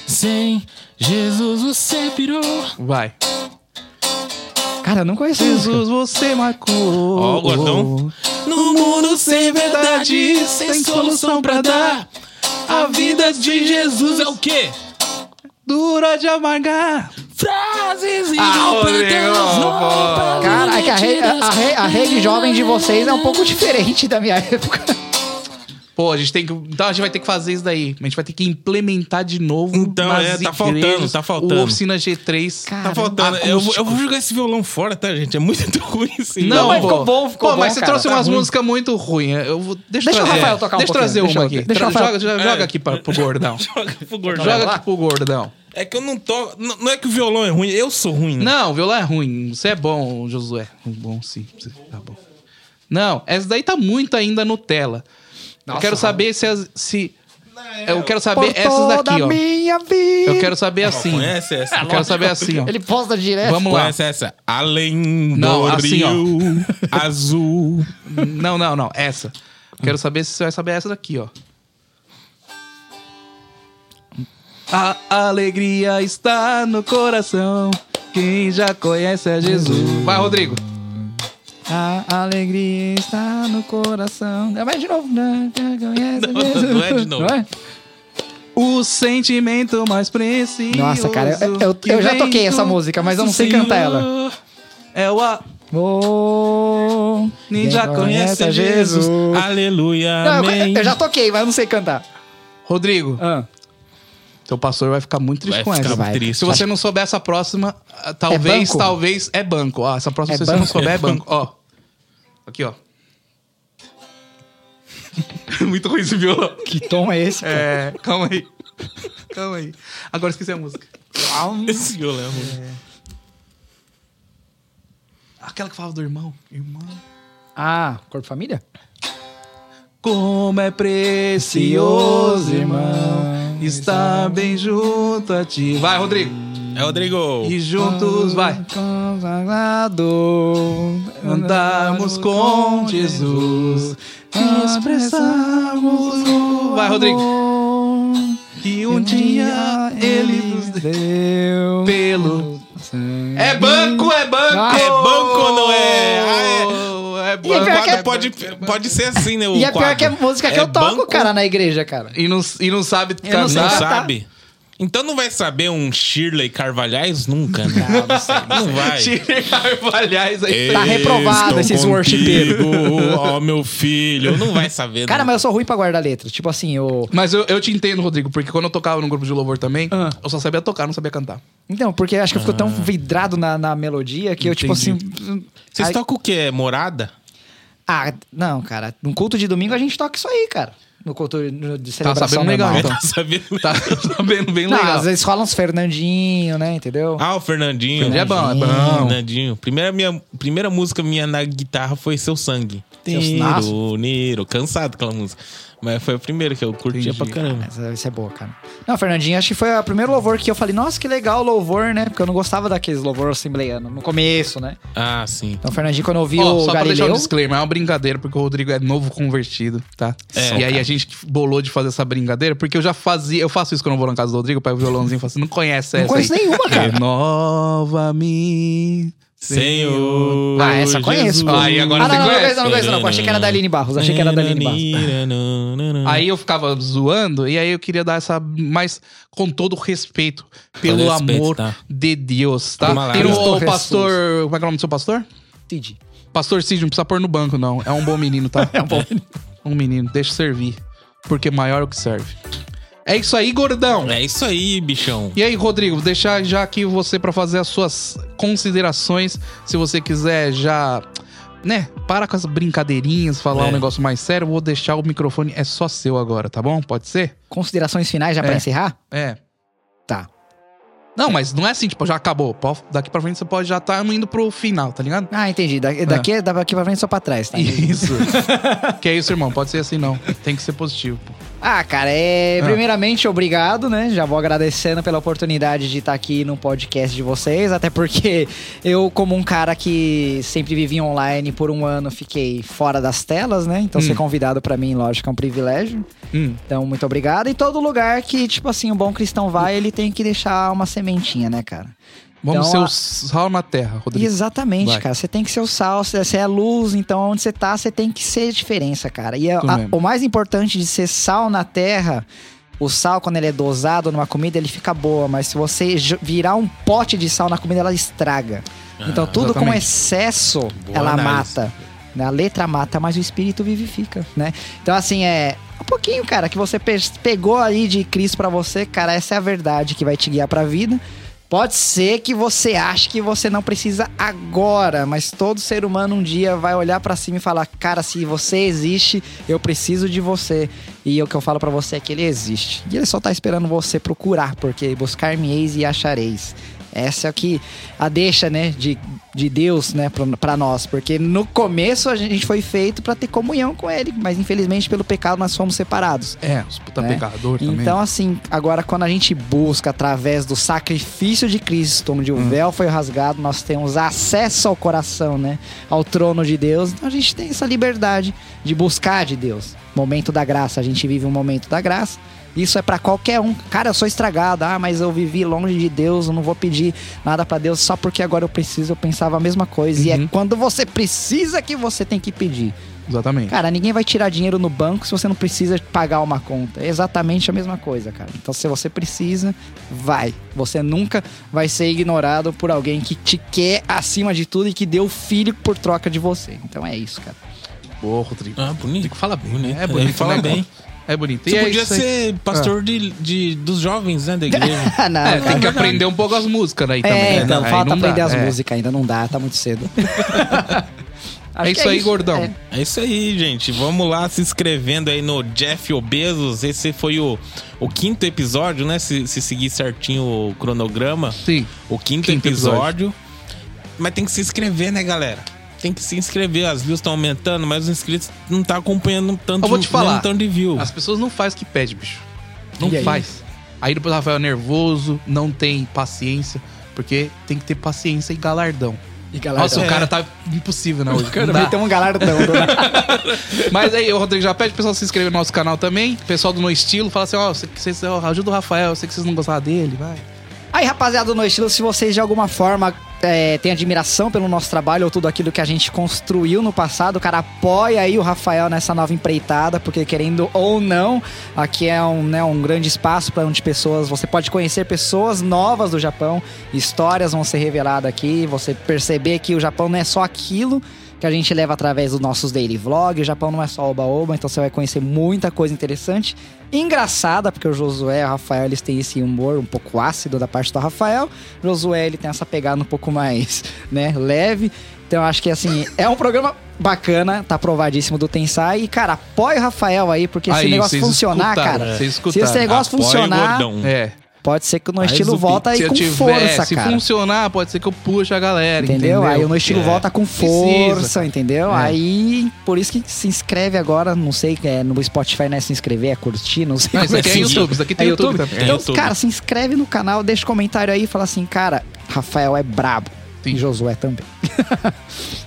Speaker 1: Sem Jesus você pirou.
Speaker 2: Vai.
Speaker 3: Cara, eu não conheço isso.
Speaker 2: Jesus, você marcou.
Speaker 1: Ó, o gordão. No mundo sem verdade, sem solução pra dar. A vida de Jesus é o quê?
Speaker 2: Dura de amargar.
Speaker 1: Frases
Speaker 2: Rodrigo,
Speaker 1: incompletas,
Speaker 2: pô.
Speaker 1: roupas
Speaker 3: Cara, é que a, re-
Speaker 1: invertidas.
Speaker 3: a re- a rede jovem de vocês é um pouco diferente da minha época.
Speaker 2: Pô, a gente tem que. Então a gente vai ter que fazer isso daí. A gente vai ter que implementar de novo.
Speaker 1: Então,
Speaker 2: nas
Speaker 1: é, tá
Speaker 2: igrejas
Speaker 1: faltando, tá faltando.
Speaker 2: O Oficina G3.
Speaker 3: Cara,
Speaker 1: Tá
Speaker 3: Ah,
Speaker 1: faltando. Eu, vou- eu vou
Speaker 2: acústico.
Speaker 1: jogar esse violão fora, tá, gente? É muito ruim esse violão.
Speaker 2: Não,
Speaker 3: mas
Speaker 2: pô.
Speaker 3: ficou bom, ficou
Speaker 2: Pô, mas
Speaker 3: bom,
Speaker 2: você
Speaker 3: cara,
Speaker 2: trouxe
Speaker 3: tá
Speaker 2: umas
Speaker 3: ruim.
Speaker 2: músicas muito ruins. Eu vou... Deixa, eu
Speaker 3: Deixa o
Speaker 2: trazer.
Speaker 3: Rafael tocar um
Speaker 2: Deixa eu
Speaker 3: pouquinho,
Speaker 2: trazer
Speaker 3: deixa
Speaker 2: uma
Speaker 3: eu-
Speaker 2: aqui.
Speaker 3: deixa o
Speaker 2: Tra-
Speaker 3: Rafael-
Speaker 2: joga, joga,
Speaker 1: É.
Speaker 2: joga aqui pra, pro gordão.
Speaker 1: Joga pro gordão.
Speaker 2: joga aqui pro gordão.
Speaker 1: É que eu não tô. Não, não é que o violão é ruim, eu sou ruim. né?
Speaker 2: Não, o violão é ruim. Você é bom, Josué. Bom, sim. Você- Tá bom. Não, essa daí tá muito ainda Nutella. eu
Speaker 3: Nossa,
Speaker 2: quero saber se. as- se eu quero saber essas
Speaker 3: toda
Speaker 2: daqui, ó.
Speaker 3: minha vida.
Speaker 2: Eu quero saber assim.
Speaker 1: Conhece essa?
Speaker 2: Eu quero saber assim, ó.
Speaker 3: Ele posta direto.
Speaker 2: Vamos lá.
Speaker 1: Conhece essa? Além do
Speaker 2: Não, assim, ó.
Speaker 1: rio azul.
Speaker 2: Não, não, não. Essa. Eu Quero saber se você vai saber essa daqui, ó. A alegria está no coração. Quem já conhece é Jesus. Vai, Rodrigo.
Speaker 3: A alegria está no coração. Vai de novo. né? Não,
Speaker 1: não é de novo.
Speaker 3: Não é?
Speaker 2: O sentimento mais precioso.
Speaker 3: Nossa, cara, eu- eu-
Speaker 2: que
Speaker 3: eu já
Speaker 2: vem
Speaker 3: toquei
Speaker 2: do
Speaker 3: essa música, mas eu não sei
Speaker 2: Senhor.
Speaker 3: cantar
Speaker 2: É o a...
Speaker 3: Oh,
Speaker 2: Ninguém já conhece Ah,
Speaker 1: Essa Jesus. Aleluia.
Speaker 3: Não, eu-
Speaker 1: amém.
Speaker 3: eu, já toquei, mas eu não sei cantar.
Speaker 2: Rodrigo,
Speaker 3: Ah.
Speaker 2: seu pastor vai ficar muito triste
Speaker 1: Vai
Speaker 2: com
Speaker 1: ficar
Speaker 2: essa.
Speaker 3: vai.
Speaker 1: triste.
Speaker 2: Se você não souber essa próxima, ah, talvez,
Speaker 3: banco?
Speaker 2: talvez é banco. Ó, essa próxima,
Speaker 3: É
Speaker 2: se você não
Speaker 3: banco?
Speaker 2: souber, é banco. Ó. Aqui, ó. Muito ruim esse violão.
Speaker 3: Que tom é esse? cara?
Speaker 2: É, calma aí. Calma aí. Agora esqueci a música.
Speaker 1: Esse violão é ruim.
Speaker 2: Aquela que falava do irmão. Irmão.
Speaker 3: Ah, Corpo Família?
Speaker 2: Como é precioso, irmão, Está bem junto a ti. Vai, Rodrigo.
Speaker 1: É, Rodrigo.
Speaker 2: E juntos, vai.
Speaker 3: Consagrado,
Speaker 2: Andarmos com Jesus. Expressamos o... Vai, Rodrigo. Que um dia ele nos deu
Speaker 3: deu.
Speaker 2: pelo... É banco, é banco!
Speaker 3: Ah,
Speaker 1: é banco ou não é?
Speaker 2: é?
Speaker 1: O
Speaker 2: banco.
Speaker 3: pior que
Speaker 1: quadro
Speaker 3: é-
Speaker 1: pode, pode ser assim, né? O
Speaker 3: E é pior
Speaker 1: quadro.
Speaker 3: que a música que
Speaker 1: É
Speaker 3: eu toco,
Speaker 1: banco,
Speaker 3: cara, na igreja, cara.
Speaker 2: E não, e não sabe
Speaker 3: Eu não sei
Speaker 1: Não
Speaker 2: casar.
Speaker 3: Ah, usar. tá.
Speaker 1: sabe? Então não vai saber um Shirley Carvalhais nunca, né? Não, vai.
Speaker 2: Tire Carvalhais aí.
Speaker 3: Tá
Speaker 1: Estou
Speaker 3: reprovado esses
Speaker 1: contigo,
Speaker 3: worshipeiros.
Speaker 1: Ó, meu filho. Não vai saber.
Speaker 3: Cara,
Speaker 1: não.
Speaker 3: mas eu sou ruim pra guardar letra. Tipo assim, eu.
Speaker 2: Mas eu, eu te entendo, Rodrigo, porque quando eu tocava no grupo de louvor também,
Speaker 3: Ah.
Speaker 2: eu só sabia tocar, não sabia cantar.
Speaker 3: Então, porque acho que eu fico tão vidrado na, na melodia que eu, tipo assim.
Speaker 2: Ah. Entendi.
Speaker 1: Vocês
Speaker 3: Ai-
Speaker 1: tocam o quê? Morada?
Speaker 3: Ah, não, cara. No culto de domingo a gente toca isso aí, cara. No culto no- de celebração
Speaker 2: sabendo legal,
Speaker 3: normal.
Speaker 2: então.
Speaker 1: Tá sabendo?
Speaker 2: Tá sabendo bem
Speaker 3: Não,
Speaker 2: legal.
Speaker 3: às vezes rola uns Fernandinho, né? Entendeu?
Speaker 1: Ah, o Fernandinho.
Speaker 2: Fernandinho é bom, é
Speaker 1: Fernandinho.
Speaker 2: bom.
Speaker 1: Fernandinho. Primeira, minha, primeira música minha na guitarra foi Seu Sangue.
Speaker 3: Seus
Speaker 1: Niro,
Speaker 3: nassos.
Speaker 1: Niro. Cansado aquela música. Mas foi a primeira que eu curtia
Speaker 2: Entendi.
Speaker 1: pra caramba.
Speaker 3: Essa, essa é boa, cara. Não, Fernandinho, acho que foi o primeiro louvor que eu falei, nossa, que legal o louvor, né? Porque eu não gostava daqueles louvor assembleiano no começo, né?
Speaker 1: Ah, sim.
Speaker 3: Então, Fernandinho, quando eu vi
Speaker 2: Ó,
Speaker 3: o
Speaker 2: só pra deixar um
Speaker 3: Galileu...
Speaker 2: disclaimer, é uma brincadeira, porque o Rodrigo é novo convertido, tá?
Speaker 1: É,
Speaker 2: e aí a gente bolou de fazer essa brincadeira, porque eu já fazia, eu faço isso quando eu vou na casa do Rodrigo, pego o violãozinho e falo assim, não conhece
Speaker 3: Não
Speaker 2: essa
Speaker 3: conheço
Speaker 2: aí.
Speaker 3: nenhuma, cara.
Speaker 2: Renova-me,
Speaker 1: Senhor.
Speaker 3: Ah, essa eu conheço.
Speaker 1: Jesus.
Speaker 3: pô.
Speaker 2: Aí, agora
Speaker 3: ah, não,
Speaker 2: você
Speaker 3: não, não,
Speaker 2: conhece?
Speaker 3: conheço, não, conheço, não, pô. Achei que era da Aline Barros. Achei que era da Aline Barros.
Speaker 1: Hum.
Speaker 3: Ah,
Speaker 2: Aí eu ficava zoando, e aí eu queria dar essa. Mas com todo respeito, pelo
Speaker 1: respeito,
Speaker 2: amor
Speaker 1: tá.
Speaker 2: de Deus, tá?
Speaker 1: Vamos lá.
Speaker 2: Tem o,
Speaker 3: Cristo
Speaker 2: pastor. Como é que é o nome do seu pastor?
Speaker 3: Entendi.
Speaker 2: Pastor Cid, não precisa pôr no banco, não. É um bom menino, tá? é um bom menino. Um menino, deixa servir. Porque maior é o que serve. É isso aí, gordão.
Speaker 1: É isso aí, bichão.
Speaker 2: E aí, Rodrigo, vou deixar já aqui você pra fazer as suas considerações. Se você quiser já, né, para com as brincadeirinhas, falar
Speaker 1: É.
Speaker 2: um negócio mais sério, vou deixar o microfone é só seu agora, tá bom? Pode ser?
Speaker 3: Considerações finais já pra
Speaker 2: É.
Speaker 3: encerrar?
Speaker 2: É.
Speaker 3: Tá.
Speaker 2: Não, mas não é assim, tipo, já acabou. Pô, Daqui pra frente você pode já estar indo pro final, tá ligado?
Speaker 3: Ah, entendi. Da- daqui, daqui pra frente só pra trás, tá?
Speaker 2: É. Isso. que é isso, irmão. Pode ser assim, não. Tem que ser positivo. pô.
Speaker 3: Ah, cara, é.
Speaker 2: Ah.
Speaker 3: Primeiramente, obrigado, né? Já vou agradecendo pela oportunidade de estar aqui no podcast de vocês. Até porque eu, como um cara que sempre vivi online por um ano, fiquei fora das telas, né? Então ser convidado pra mim, lógico, é um privilégio.
Speaker 2: Hum.
Speaker 3: Então, muito obrigado. E todo lugar que, tipo assim, o bom cristão vai, ele tem que deixar uma sementinha, né, cara?
Speaker 2: Vamos
Speaker 3: Então,
Speaker 2: ser
Speaker 3: a-
Speaker 2: o sal na terra, Rodrigo.
Speaker 3: Exatamente,
Speaker 2: Vai.
Speaker 3: cara. Você tem que ser o sal, você você é a luz, então onde você tá, você tem que ser diferença, cara. E a-
Speaker 2: Isso
Speaker 3: a-
Speaker 2: mesmo.
Speaker 3: o mais importante de ser sal na terra, o sal, quando ele é dosado numa comida, ele fica boa, mas se você j- virar um pote de sal na comida, ela estraga. então tudo com
Speaker 2: Ah, exatamente.
Speaker 3: excesso, ela
Speaker 1: análise.
Speaker 3: mata. né? A letra mata, mas o espírito vivifica, né? Então, assim, é. Um pouquinho, cara, que você pe- pegou ali de Cristo pra você, cara, essa é a verdade que vai te guiar pra vida. Pode ser que você ache que você não precisa agora, mas todo ser humano um dia vai olhar pra cima e falar: "Cara, se você existe, eu preciso de você". E o que eu falo pra você é que ele existe. E ele só tá esperando você procurar, porque buscar-me-eis e achareis. Essa é o que a deixa, né, de, de Deus, né, pra- pra nós, porque no começo a gente foi feito pra ter comunhão com ele, mas infelizmente pelo pecado nós fomos separados.
Speaker 2: É, os puta
Speaker 3: Né?
Speaker 2: pecador também.
Speaker 3: Então, assim, agora quando a gente busca através do sacrifício de Cristo, onde o véu foi rasgado, nós temos acesso ao coração, né? Ao trono de Deus. Então a gente tem essa liberdade de buscar de Deus. Momento da graça, a gente vive um momento da graça. Isso é pra qualquer um. Cara, eu sou estragado. Ah, mas eu vivi longe de Deus, eu não vou pedir nada pra Deus só porque agora eu preciso. Eu pensava a mesma coisa. E é quando você precisa que você tem que pedir.
Speaker 2: Exatamente.
Speaker 3: Cara, ninguém vai tirar dinheiro no banco se você não precisa pagar uma conta. É exatamente a mesma coisa, cara. Então, se você precisa, vai. Você nunca vai ser ignorado por alguém que te quer acima de tudo e que deu filho por troca de você. Então é isso, cara.
Speaker 2: Boa, Rodrigo.
Speaker 1: Ah, bonito.
Speaker 2: Rodrigo fala bem. né? É
Speaker 1: Ele
Speaker 2: bonito.
Speaker 1: fala
Speaker 2: né?
Speaker 1: bem.
Speaker 2: É bonito.
Speaker 1: Você
Speaker 2: e é
Speaker 1: podia
Speaker 2: isso aí.
Speaker 1: ser pastor de, de- dos jovens, né, da igreja.
Speaker 3: Ah, não.
Speaker 2: É,
Speaker 3: não.
Speaker 2: tem que aprender um pouco as músicas aí também.
Speaker 3: É,
Speaker 2: né?
Speaker 3: então,
Speaker 2: Aí
Speaker 3: falta
Speaker 2: não dá,
Speaker 3: aprender as
Speaker 2: é.
Speaker 3: músicas ainda. Não dá, tá muito cedo. Acho
Speaker 2: É
Speaker 3: que
Speaker 2: isso aí, gordão.
Speaker 3: É.
Speaker 1: É isso aí, gente. Vamos lá se inscrevendo aí no Jeff Obesos. Esse foi o, o quinto episódio, né? Se, se seguir certinho o cronograma.
Speaker 2: Sim.
Speaker 1: O quinto,
Speaker 2: Quinto
Speaker 1: episódio. Mas tem que se inscrever, né, galera? Tem que se inscrever. As views estão aumentando, mas os inscritos não tá acompanhando tanto,
Speaker 2: Eu vou te falar.
Speaker 1: tanto de view.
Speaker 2: As pessoas não fazem o que pede, bicho. Não
Speaker 3: E aí?
Speaker 2: faz. Aí depois o Rafael é nervoso, não tem paciência, porque tem que ter paciência e galardão.
Speaker 3: E
Speaker 2: Nossa, o cara tá impossível, né? Hoje. Não dá.
Speaker 3: Cara, tem um galardão. dona.
Speaker 2: Mas aí, o Rodrigo já pede pro pessoal se inscrever no nosso canal também. Pessoal do No Estilo, fala assim, ó, você- vocês ó, ajuda o Rafael, eu sei que vocês não gostaram dele, vai.
Speaker 3: Aí, rapaziada do No Estilo, se vocês de alguma forma é, têm admiração pelo nosso trabalho ou tudo aquilo que a gente construiu no passado, cara, apoia aí o Rafael nessa nova empreitada, porque querendo ou não, aqui é um, né, um grande espaço para onde pessoas, você pode conhecer pessoas novas do Japão, histórias vão ser reveladas aqui, você perceber que o Japão não é só aquilo que a gente leva através dos nossos daily vlogs. O Japão não é só oba-oba, então você vai conhecer muita coisa interessante. Engraçada, porque o Josué e o Rafael, eles têm esse humor um pouco ácido da parte do Rafael. O Josué, ele tem essa pegada um pouco mais, né, leve. Então acho que, assim, é um programa bacana, tá aprovadíssimo do Tensai. E, cara, apoia o Rafael aí, porque se
Speaker 2: Aí,
Speaker 3: o negócio
Speaker 2: vocês
Speaker 3: funcionar,
Speaker 2: escutaram,
Speaker 3: cara...
Speaker 2: Vocês
Speaker 3: Se
Speaker 2: escutaram.
Speaker 3: esse negócio
Speaker 1: Apoia o
Speaker 3: funcionar,
Speaker 1: gordão.
Speaker 2: É.
Speaker 3: pode ser que o No
Speaker 1: Faz
Speaker 3: Estilo
Speaker 1: o
Speaker 3: volta Tá aí
Speaker 2: eu
Speaker 3: com força,
Speaker 2: é, se
Speaker 3: cara.
Speaker 2: funcionar, pode ser que eu puxe a galera, entendeu?
Speaker 3: Entendeu? Aí o No Estilo
Speaker 2: É.
Speaker 3: volta com
Speaker 2: Precisa.
Speaker 3: força, entendeu?
Speaker 2: É.
Speaker 3: Aí, por isso que se inscreve agora, não sei, é, no Spotify não é se inscrever, é curtir, não sei.
Speaker 2: Não, isso
Speaker 3: como
Speaker 2: aqui é
Speaker 3: que-
Speaker 2: YouTube, isso aqui tem
Speaker 3: É
Speaker 2: YouTube,
Speaker 3: YouTube?
Speaker 2: também.
Speaker 1: É
Speaker 3: Então,
Speaker 1: YouTube.
Speaker 3: cara, se inscreve no canal, deixa um comentário aí e fala assim, cara, Rafael é brabo.
Speaker 2: Sim.
Speaker 3: E Josué também.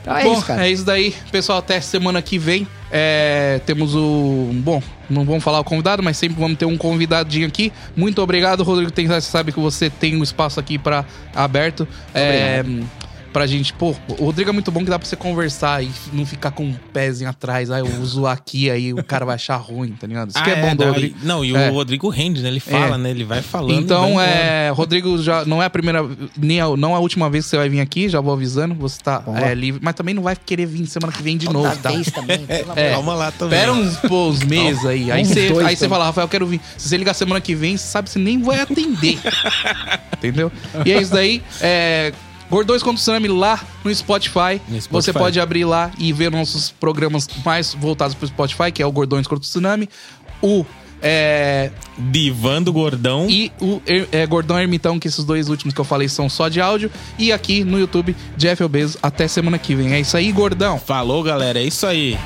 Speaker 3: então é
Speaker 2: bom,
Speaker 3: isso, cara.
Speaker 2: é isso daí. Pessoal, até semana que vem. É, temos o. Bom, não vamos falar o convidado, mas sempre vamos ter um convidadinho aqui. Muito obrigado, Rodrigo. Tem, você sabe que você tem um espaço aqui para aberto. É, pra gente. Pô, o Rodrigo é muito bom que dá pra você conversar e não ficar com um pezinho atrás. Ah, eu uso aqui, aí o cara vai achar ruim, tá ligado? Isso que
Speaker 1: Ah,
Speaker 2: é bom do
Speaker 1: daí-
Speaker 2: Rodrigo.
Speaker 1: Não, e
Speaker 2: É.
Speaker 1: o Rodrigo rende, né? Ele fala,
Speaker 2: É.
Speaker 1: né? Ele vai falando. né? e
Speaker 2: Então,
Speaker 1: vai embora.
Speaker 2: é, Rodrigo, já não é a primeira, nem a, não é a última vez que você vai vir aqui, já vou avisando, você tá
Speaker 3: Boa.
Speaker 2: é, livre, mas também não vai querer vir semana que vem de
Speaker 3: Toda
Speaker 2: novo, tá?
Speaker 3: vez também, pelo amor
Speaker 2: É.
Speaker 1: Calma lá também.
Speaker 2: Espera uns, pô, uns meses aí. Aí
Speaker 3: Uns
Speaker 2: você
Speaker 3: dois
Speaker 2: aí você
Speaker 3: também.
Speaker 2: fala, Rafael, eu quero vir. Se você ligar semana que vem, você sabe que você nem vai atender. Entendeu? E é isso daí. É, Gordões contra o Tsunami lá no Spotify.
Speaker 1: No Spotify.
Speaker 2: Você pode abrir lá e ver nossos programas mais voltados pro Spotify, que é o Gordões contra o Tsunami. O é,
Speaker 1: Divan do Gordão.
Speaker 2: e o er- é, Gordão Ermitão, que esses dois últimos que eu falei são só de áudio. E aqui no YouTube, Jeff Obeso. Até semana que vem. É isso aí, Gordão.
Speaker 1: Falou, galera. É isso aí.